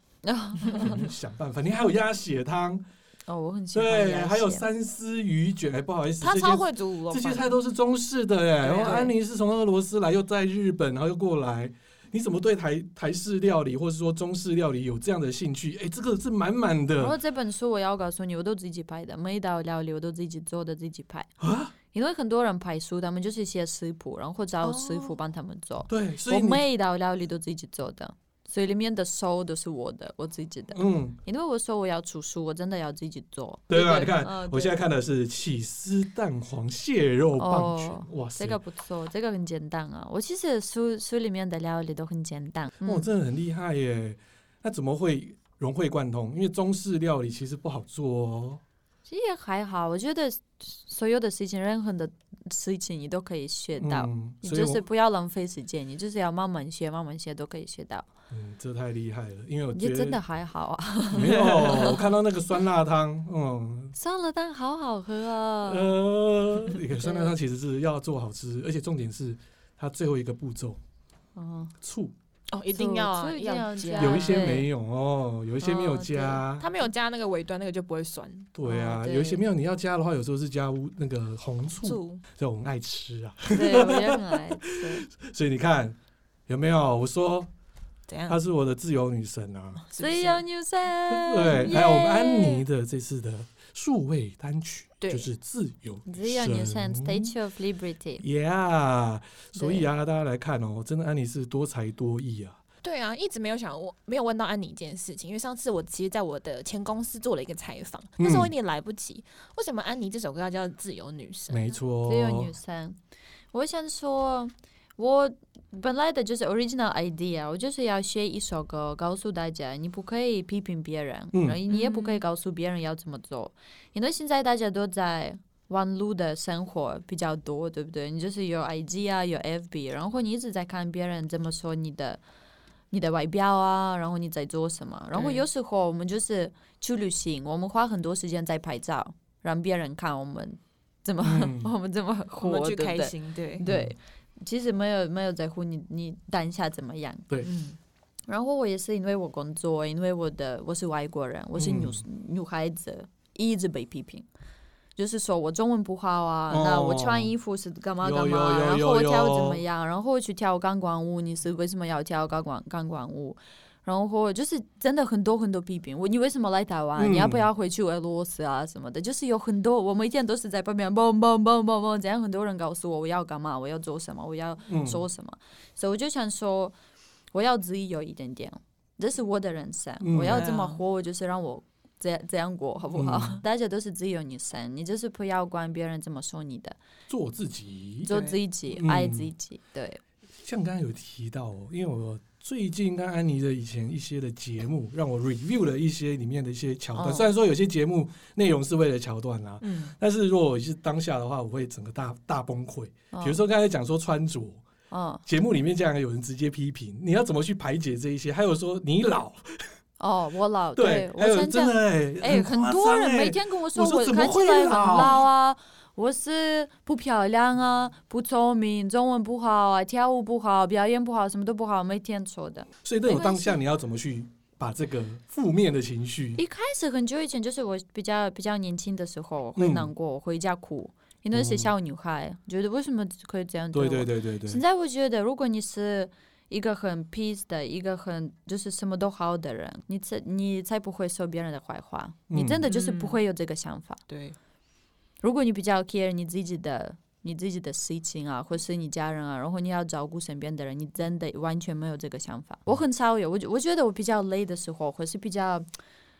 A: 你想办法。你还有鸭血汤，
C: 哦，我很喜欢
A: 对，
C: 鸭血
A: 还有三丝鱼卷。哎，不好意思，
D: 他
A: 这些
D: 超会煮卤肉
A: 这些
D: 饭，
A: 菜都是中式的哎。然
D: 对
A: 后
D: 对
A: 安妮是从俄罗斯来，又在日本，然后又过来。你怎么对台台式料理或者说中式料理有这样的兴趣？哎，这个是满满
C: 然后
A: 的
C: 这本书我要告诉你，我都自己拍的，每一道料理我都自己做的，自己拍。
A: 啊！
C: 因为很多人拍书，他们就是写食谱，然后找师傅
D: 哦
C: 帮他们做。
A: 对，所
C: 我
A: 以你
C: 每一道料理都自己做的，所以里面的手都是我的，我自己的。
A: 嗯，
C: 因为我说我要出书，我真的要自己做。
A: 对吧？
C: 吧？
A: 你看
C: 嗯，
A: 我现在看的是起司蛋黄蟹肉棒
C: 哦
A: 卷，哇塞，
C: 这个不错，这个很简单啊。我其实书书里面的料理都很简单。
A: 哦，
C: 嗯，
A: 真的很厉害耶！那怎么会融会贯通？因为中式料理其实不好做哦。
C: 其实也还好，我觉得所有的事情，任何的事情你都可以学到。
A: 嗯，
C: 你
A: 所以
C: 就
A: 我
C: 是不要浪费时间，你就是要慢慢学，慢慢学都可以学到。
A: 嗯，这太厉害了，因为我
C: 你
A: 觉
C: 就
A: 得
C: 真的还好啊，
A: 没有，我看到那个酸辣汤，嗯。
C: 酸辣汤好好喝啊！
A: 呃，你看酸辣汤其实是要做好吃，而且重点是它最后一个步骤，
C: 哦，
A: 醋
D: 哦，一定要啊
C: 醋一定要加
D: 加。
A: 有一些
C: 对
A: 没有哦，有一些没有
C: 哦对
A: 加。
D: 他没有加那个尾端，那个就不会酸。
A: 对啊，
C: 哦对
A: 有一些没有你要加的话，有时候是加乌那个红醋，
D: 醋
A: 所以我们爱吃啊。
C: 对，我也很爱吃。
A: 所以你看有没有？
C: 嗯
A: 我说
D: 怎样？
A: 她是我的自由女神啊。
D: 是不
C: 所
D: 是
C: 以有女生，嗯
A: 对，还有我们安妮的这次的数位单曲，
D: 对
A: 就是自由
C: 耶，只有女生，Statue of Liberty。
A: Yeah，所以啊，大家来看哦，真的安妮是多才多艺啊。
D: 对啊，一直没有想我没有问到安妮一件事情，因为上次我其实在我的前公司做了一个采访，
A: 嗯
D: 那时候我有点来不及，为什么安妮这首歌要叫《自由女神》？
A: 没错，哦
C: 只有女生。我想说，我本来的就是 original idea，我就是要写一首歌，告诉大家你不可以批评别人，
A: 嗯
C: 然后你也不可以告诉别人要怎么做，因为现在大家都在。弯路的生活比较多，对不对？你就是有 idea，有 FB，然后你一直在看别人怎么说你的、你的外表啊，然后你在做什么。然后
D: 对
C: 有时候我们就是去旅行，我们花很多时间在拍照，让别人看我们怎么、
A: 嗯
C: 我们怎么活，
D: 我们去
C: 对
D: 开
C: 不对？
D: 心，对，
C: 对，其实没有没有在乎你你当下怎么样。
D: 嗯，
C: 然后我也是因为我工作，因为我的我是外国人，
A: 嗯
C: 我是女、女孩子，一直被批评。就是说我中文不好啊，
A: 哦
C: 那我穿衣服是干嘛
A: 有
C: 干嘛，
A: 有有
C: 然
A: 有
C: 后我
A: 有
C: 跳舞怎么样，然后我去跳钢管舞，你是为什么要跳钢管钢管舞？然后就是真的很多很多批评，我你为什么来台湾？
A: 嗯
C: 你要不要回去俄罗斯啊什么的？就是有很多，我每天都是在旁边蹦蹦蹦蹦蹦，这样很多人告诉我我要干嘛，我要做什么，我要
A: 嗯
C: 说什么，所以我就想说，我要自己有一点点，这是我的人生，
A: 嗯
C: 我要
D: 对啊
C: 这么活，我就是让我这样这样过，好不好？
A: 嗯
C: 大家都是自由女生，你就是不要管别人怎么说你的，
A: 做自己。
C: 做自己，
A: 嗯
C: 爱自己，对，
A: 像刚刚有提到哦，因为我最近跟安妮的以前一些的节目，让我 review 了一些里面的一些桥段。
C: 哦
A: 虽然说有些节目内容是为了桥段啦、啊
D: 嗯，
A: 但是如果我是当下的话，我会整个大大崩溃。
C: 嗯
A: 比如，说刚才讲说穿着，
C: 嗯，
A: 节目里面竟然有人直接批评，你要怎么去排解这一些？还有说你老，
C: 哦，我老，
A: 对，还有
C: 我现
A: 人
C: 在
A: 真的哎、
C: 哎，
A: 很夸
C: 很
A: 张
C: 多人
A: 哎
C: 每天跟我说
A: 我说
C: 我
A: 怎么
C: 看起
A: 会
C: 来很
A: 老
C: 老啊，我是不漂亮啊，不聪明，中文不好啊，跳舞不好，表演不好，什么都不好，每天说的。
A: 所以那种
C: 没关
A: 当
C: 系
A: 下你要怎么去把这个负面的情绪，
C: 一开始很久以前，就是我比较比较年轻的时候，我会
A: 嗯
C: 难过，我回家哭，因为是小女孩，觉得为什么可以这样
A: 对
C: 我？
A: 对对对对
C: 现，在我觉得，如果你是一个很 peace 的，一个很就是什么都好的人，你才你才不会说别人的坏话，你真的就是不
D: 嗯
C: 会有这个想法。
D: 对，
C: 如果你比较 care 你自己的你自己的事情啊，或是你家人啊，然后你要照顾身边的人，你真的完全没有这个想
A: 嗯
C: 法。我很少有，我觉我觉得我比较累的时候，或是比较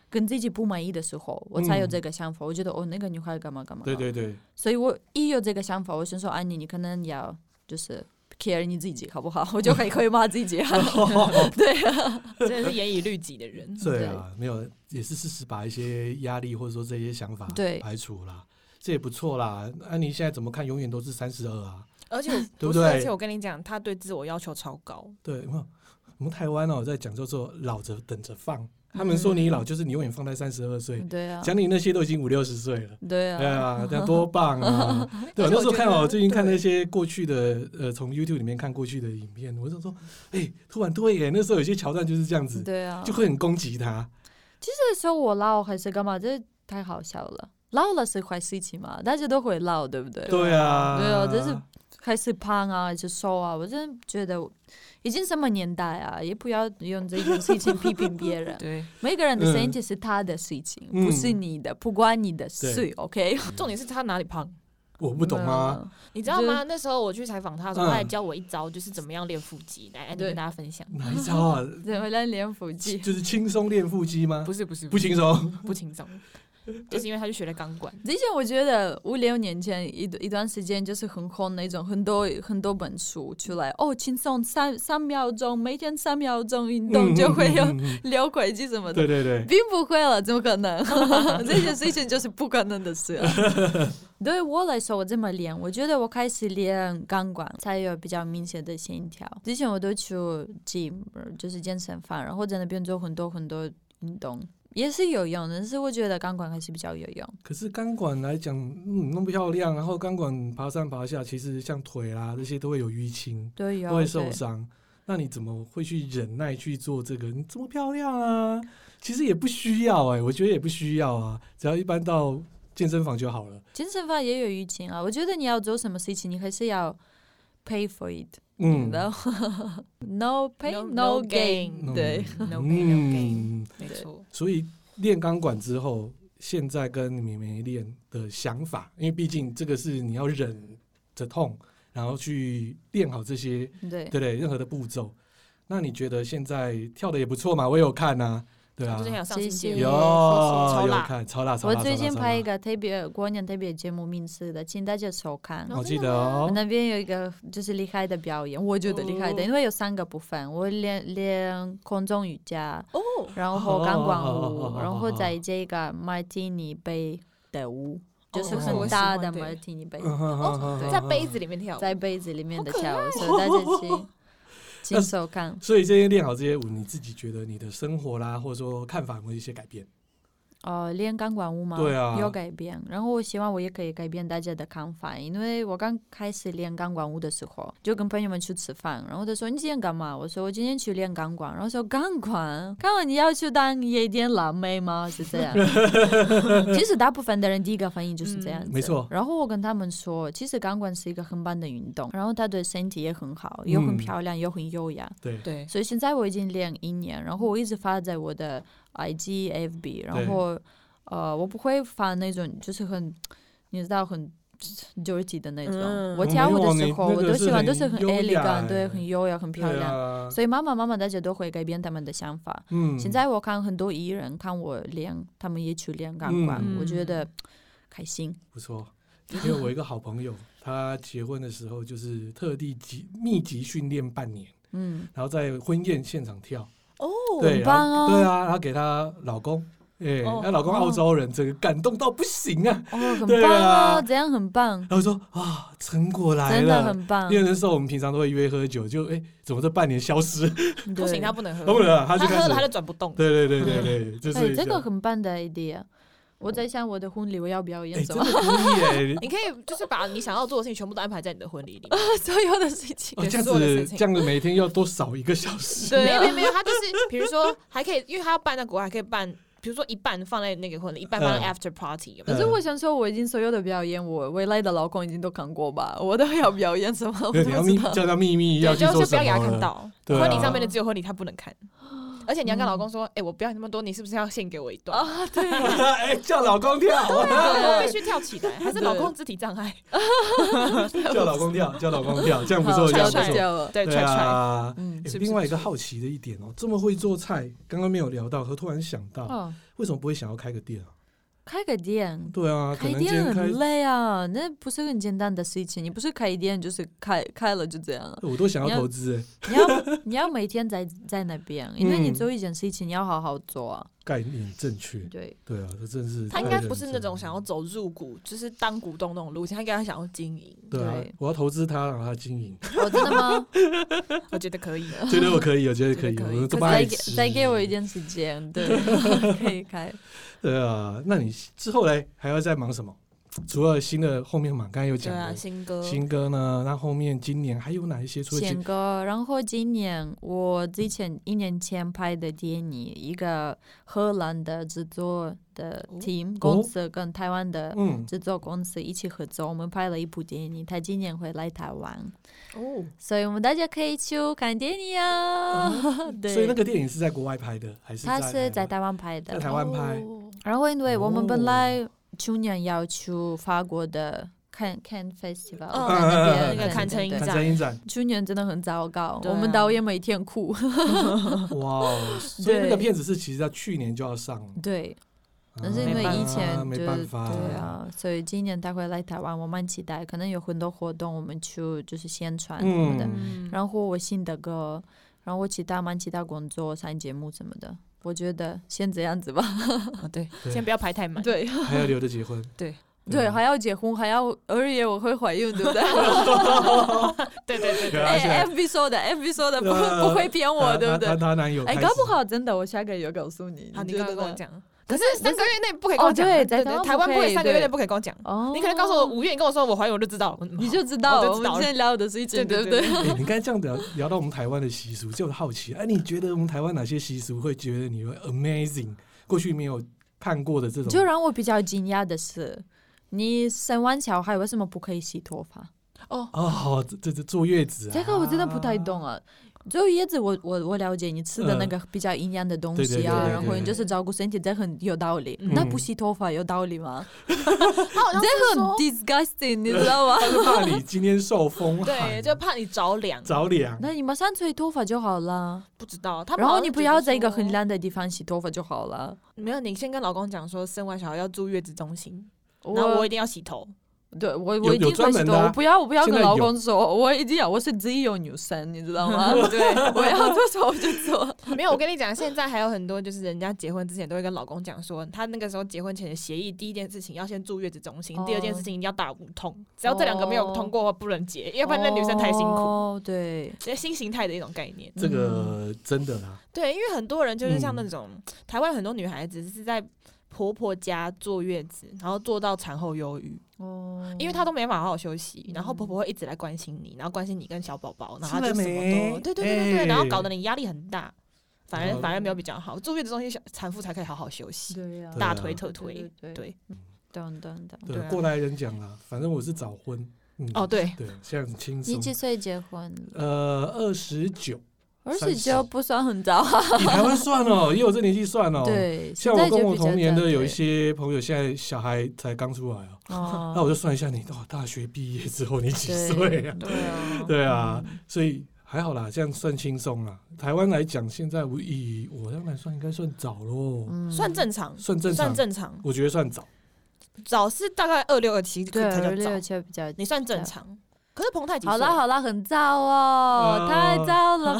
C: 跟自己不满意的时候，我才有这个想法。我觉得哦，那个女孩干嘛干嘛。
A: 嗯对。对对，，
C: 所以我一有这个想法，我先说安妮，你可能要就是 care 你自己好不好？我 就还可以骂自己啊。 对啊，
D: 真的是严以律己的人
A: 对啊，没有，也是适时把一些压力或者说这些想法
C: 对
A: 排除啦，这也不错啦。安妮现在怎么看，永远都是三十二啊，
D: 而且我
A: 对不
D: 是
A: 对
D: 而且我跟你讲，他对自我要求超高，
A: 对，有没有我们台湾哦，在讲叫做老着等着放，他们说你老就是你永远放在三十二岁，
C: 对啊，
A: 讲你那些都已经五六十岁了。
C: 对
A: 对
C: 啊，
A: 啊，那多棒啊！对，我那
D: 而且我
A: 时候
D: 觉
A: 看我
D: 得
A: 最近看那
D: 对
A: 些过去的，呃，从 YouTube 里面看过去的影片，我就说，哎、突然对耶，那时候有些桥段就是这样子，
C: 对啊。
A: 就会很攻击他。
C: 这时候我老还是干嘛？这太好笑了。老了是坏事情嘛，大家都会老，对不对？
A: 对啊，
C: 对啊这是开始胖啊，就瘦啊，我真的觉得已经什么年代啊，也不要用这种事情批评 别人。
D: 对，
C: 每个人的
A: 嗯
C: 身体是他的事情，
A: 嗯
C: 不是你的，不关你的事
A: 对。
C: OK，嗯
D: 重点是他哪里胖，
A: 我不懂 啊，
D: 你知道吗？那时候我去采访他的时
A: 嗯
D: 候，他还教我一招，就是怎么样练腹肌，来，安妮
C: 对
D: 跟大家分享。
A: 哪一招啊？
C: 嗯？怎么练练腹肌？
A: 就是轻松练腹肌吗？
D: 不是不是
A: 不轻松，
D: 不轻 松，就是因为他去学了钢管，
C: 之前我觉得五六年前一一段时间就是很红那种，很多很多本书出来哦，轻松三三秒钟，每天三秒钟运动就会有
A: 嗯嗯嗯嗯
C: 聊轨迹什么的，
A: 对对对，
C: 并不会了，怎么可能？ 这件事情就是不可能的事、 啊。对我来说，我这么练，我觉得我开始练钢管才有比较明显的线条。之前我都去 gym，呃就是健身房，然后在那边做很多很多运动，也是有用的。但是我觉得钢管还是比较有用。
A: 可是钢管来讲，嗯，弄不漂亮，然啊后钢管爬上爬下，其实像腿啦这些都会有淤青，
C: 对，有
A: 都会受
C: 对
A: 伤。那你怎么会去忍耐去做这个？你这么漂亮啊，其实也不需要哎、我觉得也不需要啊，只要一般到健身房就好了。
C: 健身房也有疫情啊，我觉得你要做什么事情，你还是要 pay for it，
A: 嗯，
C: 然后 no pay
D: No- no
C: gain，
D: gain
C: 对，
D: ，no gain no gain，
A: 嗯，
D: 没错，
A: 所以练钢管之后，现在跟你没练的想法，因为毕竟这个是你要忍着痛，然后去练好这些，
C: 对
A: 对。不对？任何的步骤。那你觉得现在跳的也不错嘛？我有看啊，对啊
D: 最，近还有上
C: 谢
D: 新
C: 谢
D: 节
A: 有
D: 目，
C: 有
D: 超
A: 有
D: 辣，
A: 看，超辣，超
C: 我
A: 辣，超
C: 最近
A: 辣，超
C: 拍一
A: 辣。
C: 个特别过年特别节目名字的，请大家收看。
A: 我
D: 哦
A: 记
D: 真
A: 得
D: 的吗
A: 哦，
C: 那边有一个就是厉害的表演，我觉得厉害的，
A: 哦
C: 因为有三个部分，我练练空中瑜伽，
D: 哦，
C: 然后钢管
A: 哦哦哦哦
C: 舞，
A: 哦
C: 然后再这个马提尼杯的舞，就是
A: 哦
C: 很
A: 我喜
C: 大
D: 欢
C: 的
D: 的
C: 马提尼杯，
A: 哦
D: 在杯子里面跳舞，
C: 在杯子里面的
D: 好可
C: 跳舞，所以大 家去请收看。
A: 所以这些练好这些舞，你自己觉得你的生活啦，或者说看法有没有一些改变？
C: 哦，练钢管舞吗？
A: 对啊
C: 有改变。然后我希望我也可以改变大家的看法，因为我刚开始练钢管舞的时候，就跟朋友们去吃饭，然后他说你今天干嘛？我说我今天去练钢管，然后说钢管，钢管你要去当夜店辣妹吗？是 这样。其实大部分的人第一个反应就是这样子，
A: 没错
C: 然后我跟他们说，其实钢管是一个很棒的运动，然后它对身体也很好，又很
A: 嗯
C: 漂亮，又很优雅。
A: 对，
D: 对，
C: 所以现在我已经练一年，然后我一直发在我的 IG、FB，然后呃，我不会发那种就是很，你知道很 dirty 的那种。
D: 嗯
C: 我跳舞的
A: 没有啊
C: 时
A: 你
C: 候，
A: 那
C: 我
A: 个
C: 都
A: 是
C: 喜欢
A: 很
C: 都是很
A: 优雅
C: elegant，
A: 欸
C: 对，很优雅，很漂
A: 对
C: 亮。
A: 啊，
C: 所以慢慢慢慢，大家都会改变他们的想法。
A: 嗯，
C: 现在我看很多艺人看我练，他们也去练钢管，
A: 嗯
C: 我觉得开心。
A: 不错，因为我一个好朋友，他结婚的时候就是特地集密集训练半年，
C: 嗯，
A: 然后在婚宴现场跳，
D: 哦，
A: 对，
C: 很棒
A: 然后
C: 哦
A: 对啊，然后给她老公，哎、
D: 哦
A: 她、老公
C: 哦
A: 澳洲人，这个感动到不行啊，
C: 哦，很
A: 对
C: 棒
A: 啊
C: 哦，这样很棒，
A: 然后说啊，成果来
C: 真的
A: 了。
C: 很棒。
A: 因为那时候我们平常都会约喝酒，就哎、怎么这半年消失？
C: 对
D: 不行，他不能喝，
A: 不能啊，他
D: 他
A: 就开
D: 喝
A: 始
D: 了他就转不动，
A: 对对对对对，就是
C: 哎，
A: 一
C: 这个
A: 下
C: 很棒的 idea。我在想我的婚礼我要表
A: 哎、
C: 演什
A: 真
C: 么
A: 的，可以耶、
D: 你可以就是把你想要做的事情全部都安排在你的婚礼里 面。
C: 所有的事情。
A: 哦，
D: 对
A: 这样
D: 所有的事
A: 子
D: 情
A: 这样子每天要多少一个小时？
D: 没有没有没有，他 就是比如说还可以，因为他要办在国外，还可以办，比如说一半放在那个婚礼，一半放在
A: 嗯
D: after party，有没
C: 可
D: 有？
C: 是我想说，我已经所有的表演，我未来的老公已经都看过吧？我都要表演什么？我
D: 哦
A: 对，
C: 都
A: 你要
C: 不
A: 秘
C: 知道。
A: 叫他秘密要
D: 对，
A: 去
D: 就
A: 做
D: 是不
A: 什
D: 要给他
A: 么
D: 看
A: 了？
D: 到，
A: 对啊
D: 婚礼上面的只有婚礼他不能看，而且你要跟老公说，哎，我不要你那么多，你是不是要献给我一段？
C: 啊，对，
A: 哎、叫老公 跳，
D: 老公必须跳起来，还是老公肢体障碍？
A: 叫老公跳，叫老公跳，这样不错，
C: 好
A: 这样
D: 跳
A: 不
D: 帅
A: 错。
C: 了。
D: 对，
A: 对
D: 踹踹，
A: 啊，
C: 嗯，
A: 哎
D: 是不是
A: 另外一个好奇的一点哦，这么会做菜，刚刚没有聊到，和突然想到，
C: 哦，
A: 为什么不会想要开个店啊？
C: 开个店，
A: 对啊，可
C: 开
A: 能今
C: 店
A: 天开。
C: 很，累啊，那不是很简单的事情。你不是开店就是开开了就这样 了
A: 我都想
C: 你
A: 要
C: 要
A: 投资哎
C: 你要你要每天在在那边，因为你
A: 嗯
C: 做一件事情你要好好做啊。
A: 概念正确，
C: 对，
A: 对啊，这真是
D: 他应
A: 太
D: 该
A: 认
D: 不是那
A: 真
D: 种
A: 了
D: 想要走入股，就是当股东那种路线，他应该想要经营。
A: 对啊
C: 对，
A: 我要投资他，让他经营，
C: 哦，真的吗？
D: 我觉得可以，
A: 觉得我可以，我觉得可以，
D: 觉得可以
A: 我这
D: 可
A: 么
C: 再
A: 爱
C: 给
A: 吃，
C: 再给我一点时间， 对，可以开。
A: 对啊，那你之后嘞还要再忙什么？除了新的后面嘛，刚才有
D: 对
A: 讲
D: 啊，
A: 的
D: 新歌，
A: 新歌呢，那后面今年还有哪一些？除了
C: 选
A: 今
C: 歌，然后今年我之前一年前拍的电影，一个荷兰的制作的
D: 哦
C: team、公司跟台湾的
A: 嗯，
C: 制作公司一起合作，我们拍了一部电影，他今年会来台湾，
D: 哦，
C: 所以我们大家可以去看电影啊。 对，
A: 哦所以那个电影是在国外拍的，还是
C: 他是
A: 台
C: 在台湾拍
A: 湾在
C: 的，
A: 台湾拍？
D: 哦
C: 然后因为我们
A: 哦
C: 本来去年要去法国的。看看 festival，、
D: 嗯
C: 在那边
A: 嗯嗯嗯那个
C: 对对
D: 看成
C: 对
D: 影
C: 对
A: 看
D: 展
A: 展影 展，
C: 去年真的很糟糕，
D: 对啊
C: 我们导演每天哭。
A: 哇哦！所以那个片子是其实在去年就要上了，
C: 对，
A: 啊
C: 但是因为以前
A: 没
C: 就、
A: 办法，
C: 对，啊，所以今年他会来台湾，我蛮期待，可能有很多活动我们去就是宣传什么的。
A: 嗯
C: 然后我新的歌，然后我其他蛮其他工作、上节目什么的，我觉得先这样子吧。
D: 啊，对，
A: 对
D: 先不要排太满，
C: 对
A: 还要留着结婚，
D: 对
C: 对，还要结婚，还要而且我会怀孕，对不对？
D: 对对对
A: 对啊，现
C: 哎
A: 在
C: ，FB 说的，FB 说的，不
A: 对啊
C: 不会骗我，
A: 她
C: 对不
A: 她
C: 对？
A: 她男友
C: 哎，
A: 开
C: 搞
A: 始
C: 不好真的，我下个月告诉你。
D: 好，你
C: 觉
D: 刚刚
C: 得
D: 跟我
C: 呢
D: 讲，可是三个月内不可以跟
C: 哦
D: 我讲啊，
C: 对在
D: 对
C: 台
D: 对，
C: 湾
D: 台湾
C: 不
D: 不
C: 可
D: 可
C: 以
D: 以三个月
C: 对
D: 内不可以跟我讲。
C: 哦
D: 你可能告诉我，五月，你跟我说我怀孕，我就知道，嗯
C: 你
D: 好
C: 就知道
D: 我
C: 了。
D: 就
C: 我
D: 知
C: 们
D: 道
C: 今
D: 了
C: 天聊的是一整
D: 对
C: 对
D: 对
C: 不
D: 对
C: 对？
A: 哎、你刚才这样聊聊到我们台湾的习俗，就很好奇，哎、你觉得我们台湾哪些习俗会觉得你会 amazing？过去没有看过的这种，
C: 就让我比较惊讶的是，你生完小孩为什么不可以洗头发？
A: 哦，好，这这这坐月子啊，
C: 这个我真的不太懂啊。就椰子我，我我了解你吃的那个比较营养的东
A: 对对
C: 西
A: 嗯对
C: 啊，
A: 对
C: 然后
A: 对
C: 你就是照顾身体，这很有道理。
A: 嗯
C: 那不洗头发有道理吗？
D: 他好像是
C: 这很
D: 说，
C: disgusting，你知道吗？
A: 他是怕你今天受风寒，
D: 对，就怕你着凉，
A: 着凉。
C: 那你马上吹头发就好了，
D: 不知道。他们
C: 然
D: 好
C: 后
D: 像
C: 你不
D: 觉
C: 要
D: 得
C: 在一个
D: 说
C: 很，烂的地方洗头发就好 了。
D: 没有，你先跟老公讲说，生完小孩要住月子中心，然后我一定要洗 头。
C: 对我
A: 有
C: 我一定
A: 有专
C: 会洗
A: 门
C: 头，
A: 的啊
C: 我不要我不要
A: 现
C: 跟
A: 在
C: 老
A: 有
C: 公说，我一定要我是自由女生，你知道吗？ 对，我要做什么就做。
D: 没有，我跟你讲，现在还有很多就是人家结婚之前都会跟老公讲说，他那个时候结婚前的协议，第一件事情要先住月子中心，第二件
C: 哦
D: 事情一定要打无痛，只要这两个没有通过不能结，要不然那女生太辛苦。
C: 哦，对，
D: 这新形态的一种概念，
A: 这个
C: 嗯
A: 真的啦，
D: 对，因为很多人就是像
A: 嗯
D: 那种、台湾很多女孩子是在婆婆家坐月子，然后坐到产后忧郁，
C: 哦，
D: 因为她都没法好好休息，然后婆
C: 嗯
D: 婆会一直来关心你，然后关心你跟小宝宝，然
A: 吃
D: 后她
A: 了
D: 就什么
A: 没
D: 都对对对对对，然后搞
A: 哎
D: 得你压力很大，反
A: 然
D: 而
A: 后
D: 反而没有比较好。坐月子中心小产妇才可以好好休息，
C: 嗯对
A: 对
C: 呀，
A: 啊
D: 大推特推，
C: 对
D: 对，
C: 等 等等。
A: 对
D: 对啊
A: 过来人讲啦，反正我是早婚，嗯，
D: 哦对，
A: 对，现在很轻
C: 你
A: 松。
C: 几岁结婚？
A: 呃，二十九，
C: 二
A: 三
C: 十
A: 十
C: 九不算很早啊。
A: 以台湾算哦，以我这年纪算哦，，
C: 对，
A: 像
C: 现
A: 我
C: 在就
A: 跟我
C: 比较
A: 同年
C: 这
A: 的
C: 样
A: 有一
C: 对
A: 些朋友，现在小孩才刚出来哦，
C: 哦
A: 那我就算一下你，哦，大学毕业之后你几岁啊？
C: 对啊，
A: 对啊，所以还好啦，这样算轻松啦。台湾来讲，现在我以我这样来算，应该算早喽，
C: 嗯
D: 算正常，
A: 算正
D: 算
A: 常，
D: 正常，
A: 我觉得算 早。
D: 早是大概二六二七
C: 对，
D: 才
C: 二
D: 叫
C: 六
D: 早，
C: 七比较
D: 你算正
C: 对
D: 常。可是彭太几
C: 好
D: 岁
C: 啦
D: 啊？
C: 好啦，很早
A: 呃
C: 哦，太早了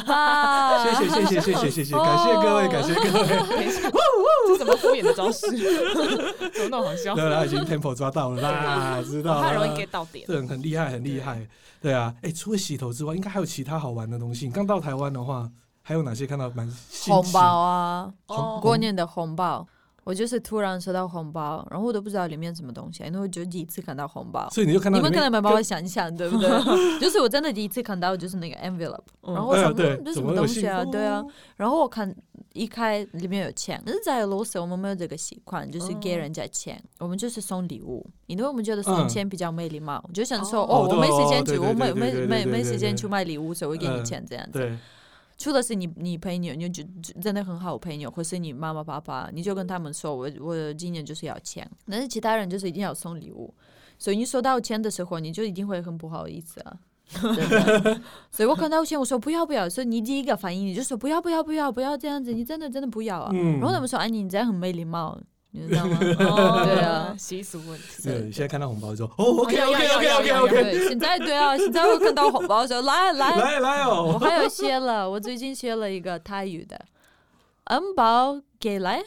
C: 吧？
A: 谢谢谢谢谢谢谢
C: 哦
A: 谢，感谢各位感谢各位。
D: 等一下，这什么敷衍的招式？ 怎么那么好
C: 啊
D: 笑？哦
A: 对啦，已经 tempo 抓到了 啦，知道
D: 他
A: 了。
D: 很容易 get 到点。
C: 啊
A: 这很很厉害，很厉害。对啊，哎，除了洗头之外，应该还有其他好玩的东西。你刚到台湾的话，还有哪些看到蛮新
C: 红
A: 奇
C: 包啊，
A: 哦
C: 过年的红包，我就是突然收到红包，然后我都不知道里面什么东西，啊因为我就第一次看到红包。
A: 所以你就看到
C: 你们
A: 里
C: 可
A: 面
C: 能没办法想象，对不 对？就是我真的第一次看到就是那个 envelope，
D: 嗯
C: 然后我
A: 哎呀
C: 想，
A: 对
C: 嗯，这什
A: 怎
C: 么
A: 么有
C: 东西啊？
A: 幸福
C: 对啊，然后我看一开里面有钱，但是在俄罗斯我们没有这个习惯，就是
A: 哦
C: 给人家钱，我们就是送礼物，因为我们觉得送
A: 嗯
C: 钱比较没礼貌，我就想说
D: 哦
C: 哦，我
A: 对
C: 没时
A: 哦
C: 间
A: 对
C: 去，
A: 对
C: 我
A: 对
C: 没
A: 对
C: 没
A: 对对
C: 没
A: 对
C: 没
A: 对
C: 时间
A: 对
C: 去买礼物，所以我给你
A: 嗯
C: 钱这样子。
A: 对，
C: 除了是你你朋友，你就就真的很好的朋友，或是你妈妈爸爸，你就跟他们说，我我今年就是要钱，但是其他人就是一定要送礼物，所以你收到钱的时候，你就一定会很不好意思啊。真的 所以我看到钱，我说不要不要，所以你第一个反应你就说不要不要不要不要这样子，你真的真的不要啊。
A: 嗯
C: 然后他们说，哎，你这样很没礼貌，你知道吗？
D: 哦
C: 对啊，
D: 习俗问题。
A: 对，现在看到红包之后，哦，OK
D: 要
A: OK
D: 要
A: OK
D: 要
A: OK
D: 要
A: OK，
C: 对，现在对啊，现在我看到红包的时候，来来
A: 来来
C: 我
A: 哦，
C: 还有学了，我最近学了一个泰语的，昂包给来，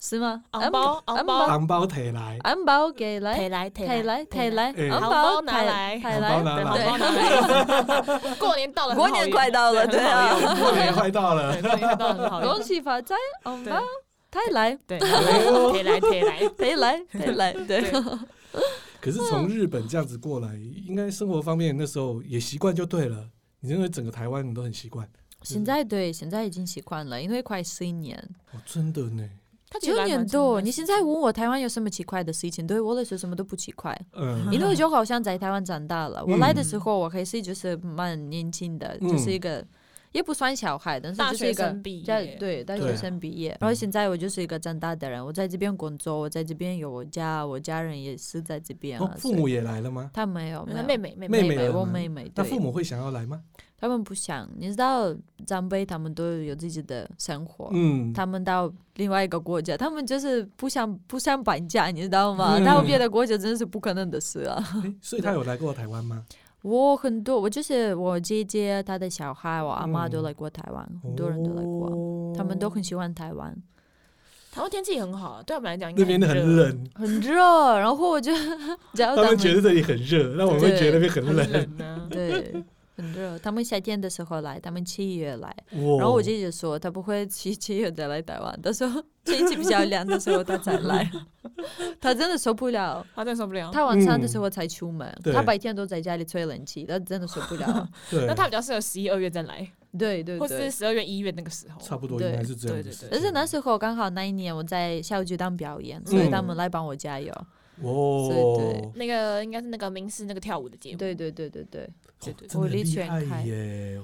C: 是吗？
D: 昂包昂包
A: 红包提来，
C: 昂包给来，
D: 腿来腿
C: 泰来泰，来，
A: 哎
C: 昂
D: 红
C: 包
D: 包拿来
C: 泰
A: 红包拿
C: 来，
A: 来
D: 红
C: 对
D: 包拿来。过年到了，
C: 过年快到了，对啊，
A: 过年快到了，
D: 过年到了，好
C: 恭喜发财，昂包泰来
D: 对，腿来腿来。
C: 泰来泰来，对，
A: 可是
C: 嗯
A: 从日本这样子过来，应该生活方面那时候也习惯就对了。你认为整个台湾你都很习惯？
C: 现在对，现在已经习惯了，因为快十一年，
A: 哦，真的呢，
D: 他
C: 九年多，你现在问我台湾有什么奇怪的事情，对我来说什么都不奇怪。
A: 嗯，
C: 因为我就好像在台湾长大了。我来的时候，我还是就是蛮年轻的，
A: 嗯
C: 就是一个也不算小孩，但是
D: 大
C: 就是一
D: 学
C: 个
D: 生毕
C: 在
D: 业，
C: 对大学生毕业。
A: 嗯
C: 然后现在我就是一个长大的人，我在这边工作，我在这边有我家，我家人也是在这边
A: 哦
C: 啊。，
A: 父母也来了吗？
C: 他没有，没有
D: 妹妹妹
A: 妹
C: 妹
A: 来了
C: 我
A: 吗
C: 妹妹，
A: 那
C: 对
A: 父，母会想要来吗？
C: 他们不想，你知道长辈他们都有自己的生活。
A: 嗯，
C: 他们到另外一个国家，他们就是不想不想搬家，你知道吗？
A: 嗯
C: 到别的国家真是不可能的事啊。
A: 诶所以他有来过台湾吗？
C: 我很多，我就是我姐姐她的小孩，我阿妈
A: 嗯
C: 都来过台湾，很多人都来过，啊
A: 哦
C: 他们都很喜欢台湾，
D: 台湾天气很好，对我们来讲
A: 那边的很，冷，
C: 很热。然后我就 只要
A: 他
C: 他
A: 们觉得这里很热，那我们会觉得那边很
D: 很
A: 冷。
D: 冷呢。
C: 对。很热，他们夏天的时候来，他们七月来，
A: 然
C: 然后我姐姐说她不会七七月再来台湾，她说天气比较凉的时候他 才来，他真的受不了。
D: 他真受不了。
C: 他晚上的时候才出门，
A: 嗯对
C: 他白天都在家里吹冷气，他真的受不 了。
A: 对，
D: 那他比较适合十一二月再来，
C: 对对
D: 或是
C: 对。
D: 十二月一月那个时候。
A: 差不多应该是这样
D: 对
A: 的
D: 对
A: 事情。
D: 对
C: 而且那时候刚好那一年我在校剧当表
A: 嗯
C: 演，所以他们来帮我加油。对
A: 哦，
D: 那个应该是那个明视那个跳舞的节目，
C: 对对对对对，
D: 对
A: 哦真
D: 对
A: 的
C: 火力
A: 厉
C: 全
A: 害
C: 开
A: 耶！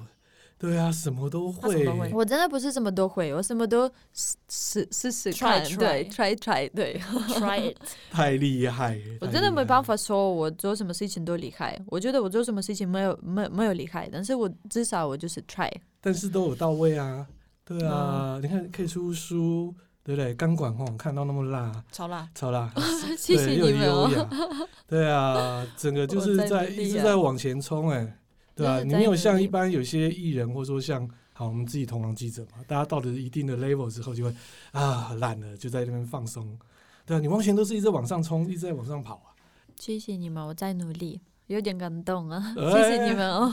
A: 对啊，什么都
D: 他什么
A: 会
D: 都会
C: 我真的不是什么都会，我什么都试试试试
D: Try，
C: 看，对
D: try
C: ，try try，对。
D: ，Try it，
A: 太厉害耶！
C: 我
A: 太
C: 真的
A: 厉
C: 没
A: 害
C: 办法说我做什么事情都厉害，我觉得我做什么事情没有没有没有厉害，但是我至少我就是 try。
A: 但是都有到位啊，对啊，
C: 嗯
A: 你看可以出书，对不对？钢管吼看到那么辣，
D: 超辣，
A: 超辣，
C: 哦谢谢
A: 对，又
C: 你们
A: 优
C: 哦，
A: 雅，对 啊，整个就
C: 我
A: 是
C: 在
A: 在
C: 努力
A: 一直
C: 啊
A: 在往前冲，哎，对啊，
C: 真的
A: 你
C: 在
A: 没有
C: 努
A: 像一
C: 力
A: 般有些艺人，或者说像好我们自己同行记者嘛，大家到了一定的 level 之后就会啊懒了，就在那边放松，对啊，你完全都是一直在往上冲，一直在往上跑啊，
C: 谢谢你们，我在努力，有点感动啊，
A: 哎
C: 谢谢你们哦，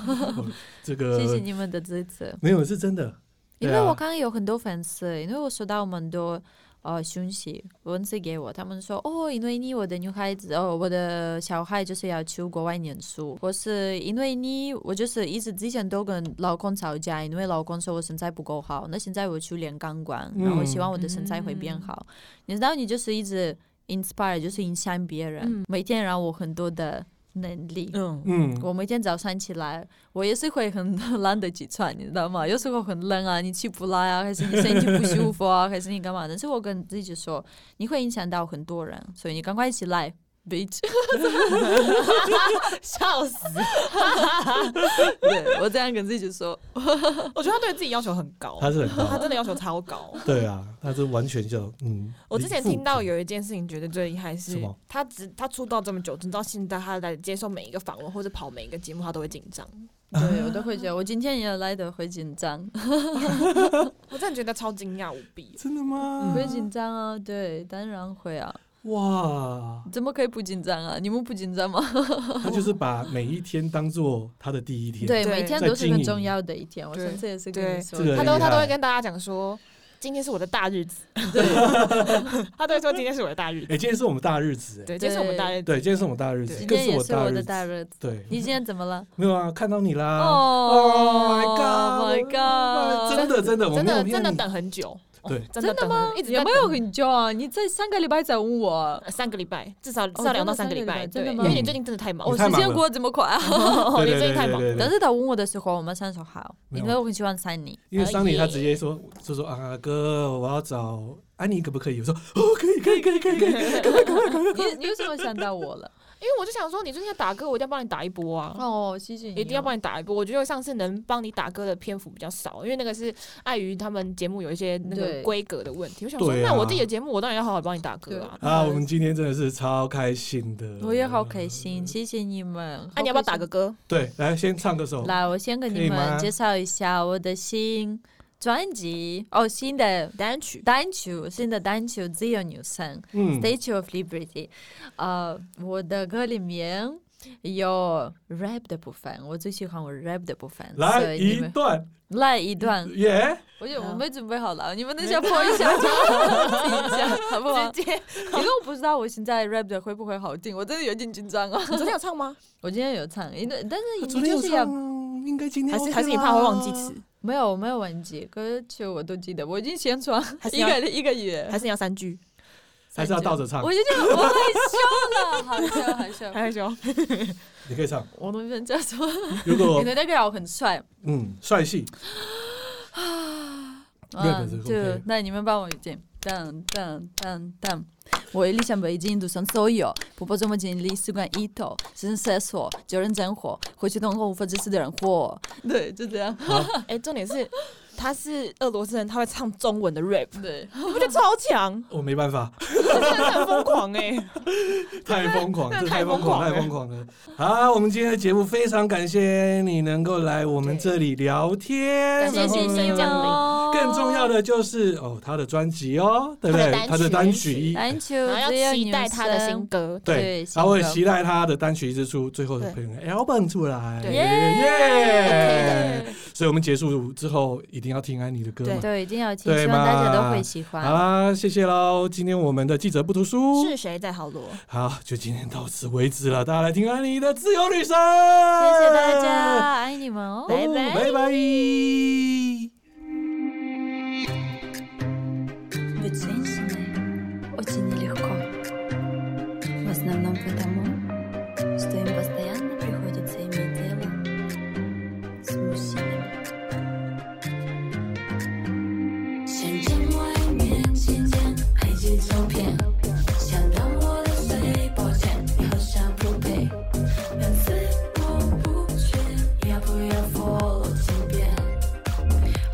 A: 这
C: 谢谢
A: 个
C: 你们的支持，
A: 没有是真的，
C: 因
A: 对
C: 为
A: 啊
C: 我刚刚有很多粉丝，因为我收到蛮多呃讯息文字给我，他们说哦，因为你我的女孩子哦，我的小孩就是要去国外念书，我是因为你，我就是一直之前都跟老公吵架，因为老公说我身材不够好，那现在我去练钢管，
A: 嗯
C: 然后希望我的身材会变好，你知道，你就是一直 inspire，就是影响别人，
D: 嗯
C: 每天让我很多的能力，
D: 嗯，
A: 嗯，
C: 我每天早上起来，我也是会很懒得起床，你知道吗？有时候很冷啊，你起不来啊，还是你身体不舒服啊，还是你干嘛？但是我跟自己说，你会影响到很多人，所以你赶快起来，bitch。
D: 笑死！
C: 对我这样跟自己说，
D: 我觉得他对自己要求很高，
A: 他是很
D: 他
A: 高，
D: 真的要求超高。
A: 对啊，他是完全就嗯，
D: 我之前听到
A: 有。
D: 有一件事情，觉得最厉害
A: 什
D: 是
A: 么，
D: 他只他出道这么久，直到现在，他来接受每一个访问或者跑每一个节目，他都会紧张。
C: 对我都会觉得，我今天也来的会紧张，
D: 我真的觉得超惊讶无比。
A: 真的吗？
C: 会紧张啊，对，当然会啊，
A: 哇，
C: 怎么可以不紧张啊？你们不紧张吗？
A: 他就是把每一天当做他的第一天。
C: 对，
D: 对
C: 每天
A: 在
C: 都是
A: 经
C: 很
A: 营
C: 重要的一天，我
D: 对
C: 上次也是
D: 对
C: 跟你说
A: 这个
C: 的，
D: 他
A: 很
D: 都
A: 厉害
D: 他都会跟大家讲说，今天是我的大日子。 他都会说今天是我的大
A: 哎、
D: 日子。
A: 今天是我们大日子、哎，
D: 对，今天是我们大日子。
A: 对，今天是我们大日子，
D: 对
C: 今
A: 更
C: 天也
A: 我
C: 是我
A: 日
C: 的
A: 子。
C: 大日子。
A: 对，
C: 你今天怎么了？
A: 没有啊，看到你啦。
D: Oh
C: 哦
A: my
C: my
A: god！
C: god
A: 真的真的，我
D: 真
A: 没有
D: 的
A: 骗
D: 真的
A: 你。
D: 等很久，哦
A: 对
D: 真的等很久一直在
C: 有没有
D: 等
C: 很久啊？你这三个礼拜才问我，
D: 呃三个礼拜，至少至少两到三个礼拜，
C: 真
D: 对，
C: 的
D: 因
C: 吗
D: 为你最近真的太忙，
A: 你
C: 我
A: 太
C: 时
A: 忙
C: 间
A: 了
C: 过得这么快啊！
D: 哦，
A: 对 对
D: 你最
A: 对
D: 近太
A: 对
D: 忙，
A: 对
C: 但
A: 对，
C: 是他问我的时候，我马上说好，
A: 没有
C: 因为我很喜欢三你。
A: 因为桑尼
D: 哎
A: 他直接说，就说啊哥，我要找安妮，可不可以？我说哦，可以可以可以可
D: 哎
A: 以可以。
C: 你你为什么想到我了？
D: 因为我就想说你最近要打歌，我一定要帮你打一波啊。
C: 哦，谢谢你哦，
D: 一定要帮你打一波。我觉得上次能帮你打歌的篇幅比较少，因为那个是碍于他们节目有一些那个
C: 对
D: 规格的问题。我想说，
A: 对啊
D: 那我自己的节目，我当然要好好帮你打歌啊。
A: 啊，我们今天真的是超开心的。
C: 我也好开心，谢谢你们。
D: 啊那、你要不要打个
C: 好
D: 歌？
A: 对，来先唱个首
C: 开心？。来，我先给
A: 可以
C: 你
A: 吗
C: 们介绍一下我的新专辑哦，新的单曲，单曲，新的单曲《自由女神》。
A: 嗯
C: Statue of Liberty，呃，我的歌里面有 rap 的部分，我最喜欢我 rap 的部分，所
A: 来
C: 以
A: 一
C: 你们
A: 段，
C: 来一段，
A: 耶！
C: 我有
D: 好
C: 我没准备好了，你们等一下播一下就好，听 一下好不好？
D: 直接，
C: 因为我不知道我现在 rap 的会不会好听，我真的有点紧张啊。
D: 你昨天有唱吗？
C: 我今天有唱，因为但
D: 嗯
C: 是
A: 昨
C: 你
A: 天有
C: 就是要
A: 唱啊，应该今天
D: 还是
A: OK
D: 还是你怕会忘记
A: 啦
D: 词？
C: 没有没有忘记歌曲我都记得，我已经先传
D: 还是
C: 一
D: 要
C: 个一个月，
D: 还是你要三句？
A: 还是要倒着唱
C: 我？就这样，我害羞了，害羞害羞。
D: 害羞？
A: 你可以唱。
C: 我都人家说，
A: 如果
C: 你的那个要很帅，
A: 嗯，帅气，
C: 啊
A: Rap 是，OK
C: 就那你们帮我一件，当当当当。我理想北京，路上所有，婆婆这么经历，习惯一头，只身厕所，九人整火，回去通过无法直视的人祸。对，就这样。
D: 哎、重点是他是俄罗斯人，他会唱中文的 rap，
C: 对，
D: 你不觉得超强？
A: 我没办法，
D: 真的很疯狂哎、
A: 太疯狂，
D: 那
A: 这
D: 太
A: 太疯
D: 疯狂
A: 狂，太
D: 了
A: 疯狂了。好，我们今天的节目非常感谢你能够来我们这里聊天，
D: 感谢
A: 然后
D: 先生
A: 呢
D: 降临
A: 更重要的就是哦，他的专辑哦，对不对？
D: 他的单曲
A: 他的单曲，
C: 篮球，
D: 然后
C: 只
D: 要
C: 有
D: 期
C: 女
D: 待他的
C: 生
D: 新歌。
A: 对
C: 对，
A: 然后我也
C: 新歌
A: 期待他的单曲一直出最后的
D: 对
A: album 出来，
D: 对
A: 耶！所以我们结束之后一定要听安妮的歌嘛。
C: 对，一定要听，
A: 对
C: 希望大家
A: 嘛
C: 都会喜欢。
A: 好啦，谢谢喽！今天我们的记者不读书，
B: 是谁在好罗？
A: 好，就今天到此为止了。大家来听安妮的《自由女神》，
C: 谢谢大家，，爱你们哦。
B: 拜拜
A: 拜拜。
E: Быть женщиной очень нелегко. В основном потому, что им постоянно приходится иметь дело с мужчинами.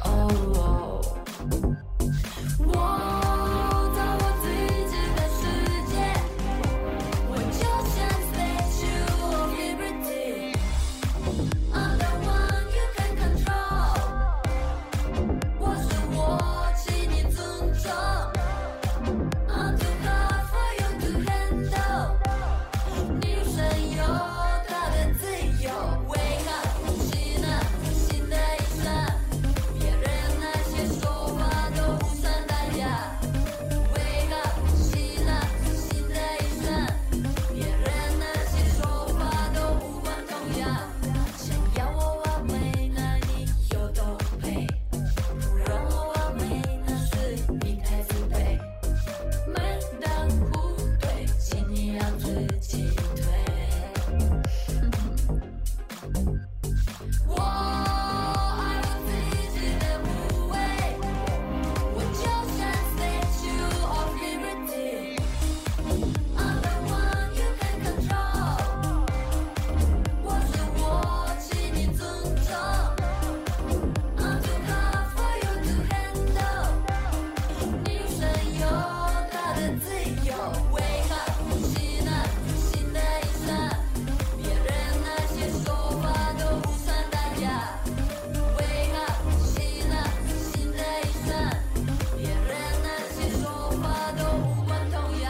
E: Oh. 我在我自己的世界，我就像 Statue of Liberty。I'm the one you can control。我是我，请你尊重。I'm too hard for you to handle。女神有她的自由，Wake up，醒了，新的一生。别任那些说法都无伤大雅。Wake up，醒了，新的一生。别任那些说法都无关痛痒。想要我完美，那你又都配；不让我完美，那是你太自卑。每当不对，请你让自己退。我爱我自己的无畏，我就像 Statue of Liberty。I'm the one you can control。我是我，请你尊重。I'm too hard for you to handle。女神有她的自由，Wake up，醒了，新的一生。别任那些说法都无伤大雅。Wake up，醒了，新的一生。别任那些说法都无关痛痒。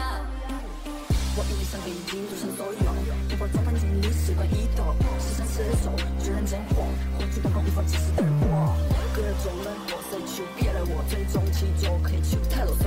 F: 我一生给你路上所有，不管装扮经历习惯已懂，时常失手，居然真火，火炬般光无法解释的我，各种人火谁求别了我，最终其中可以求太多。
E: oh.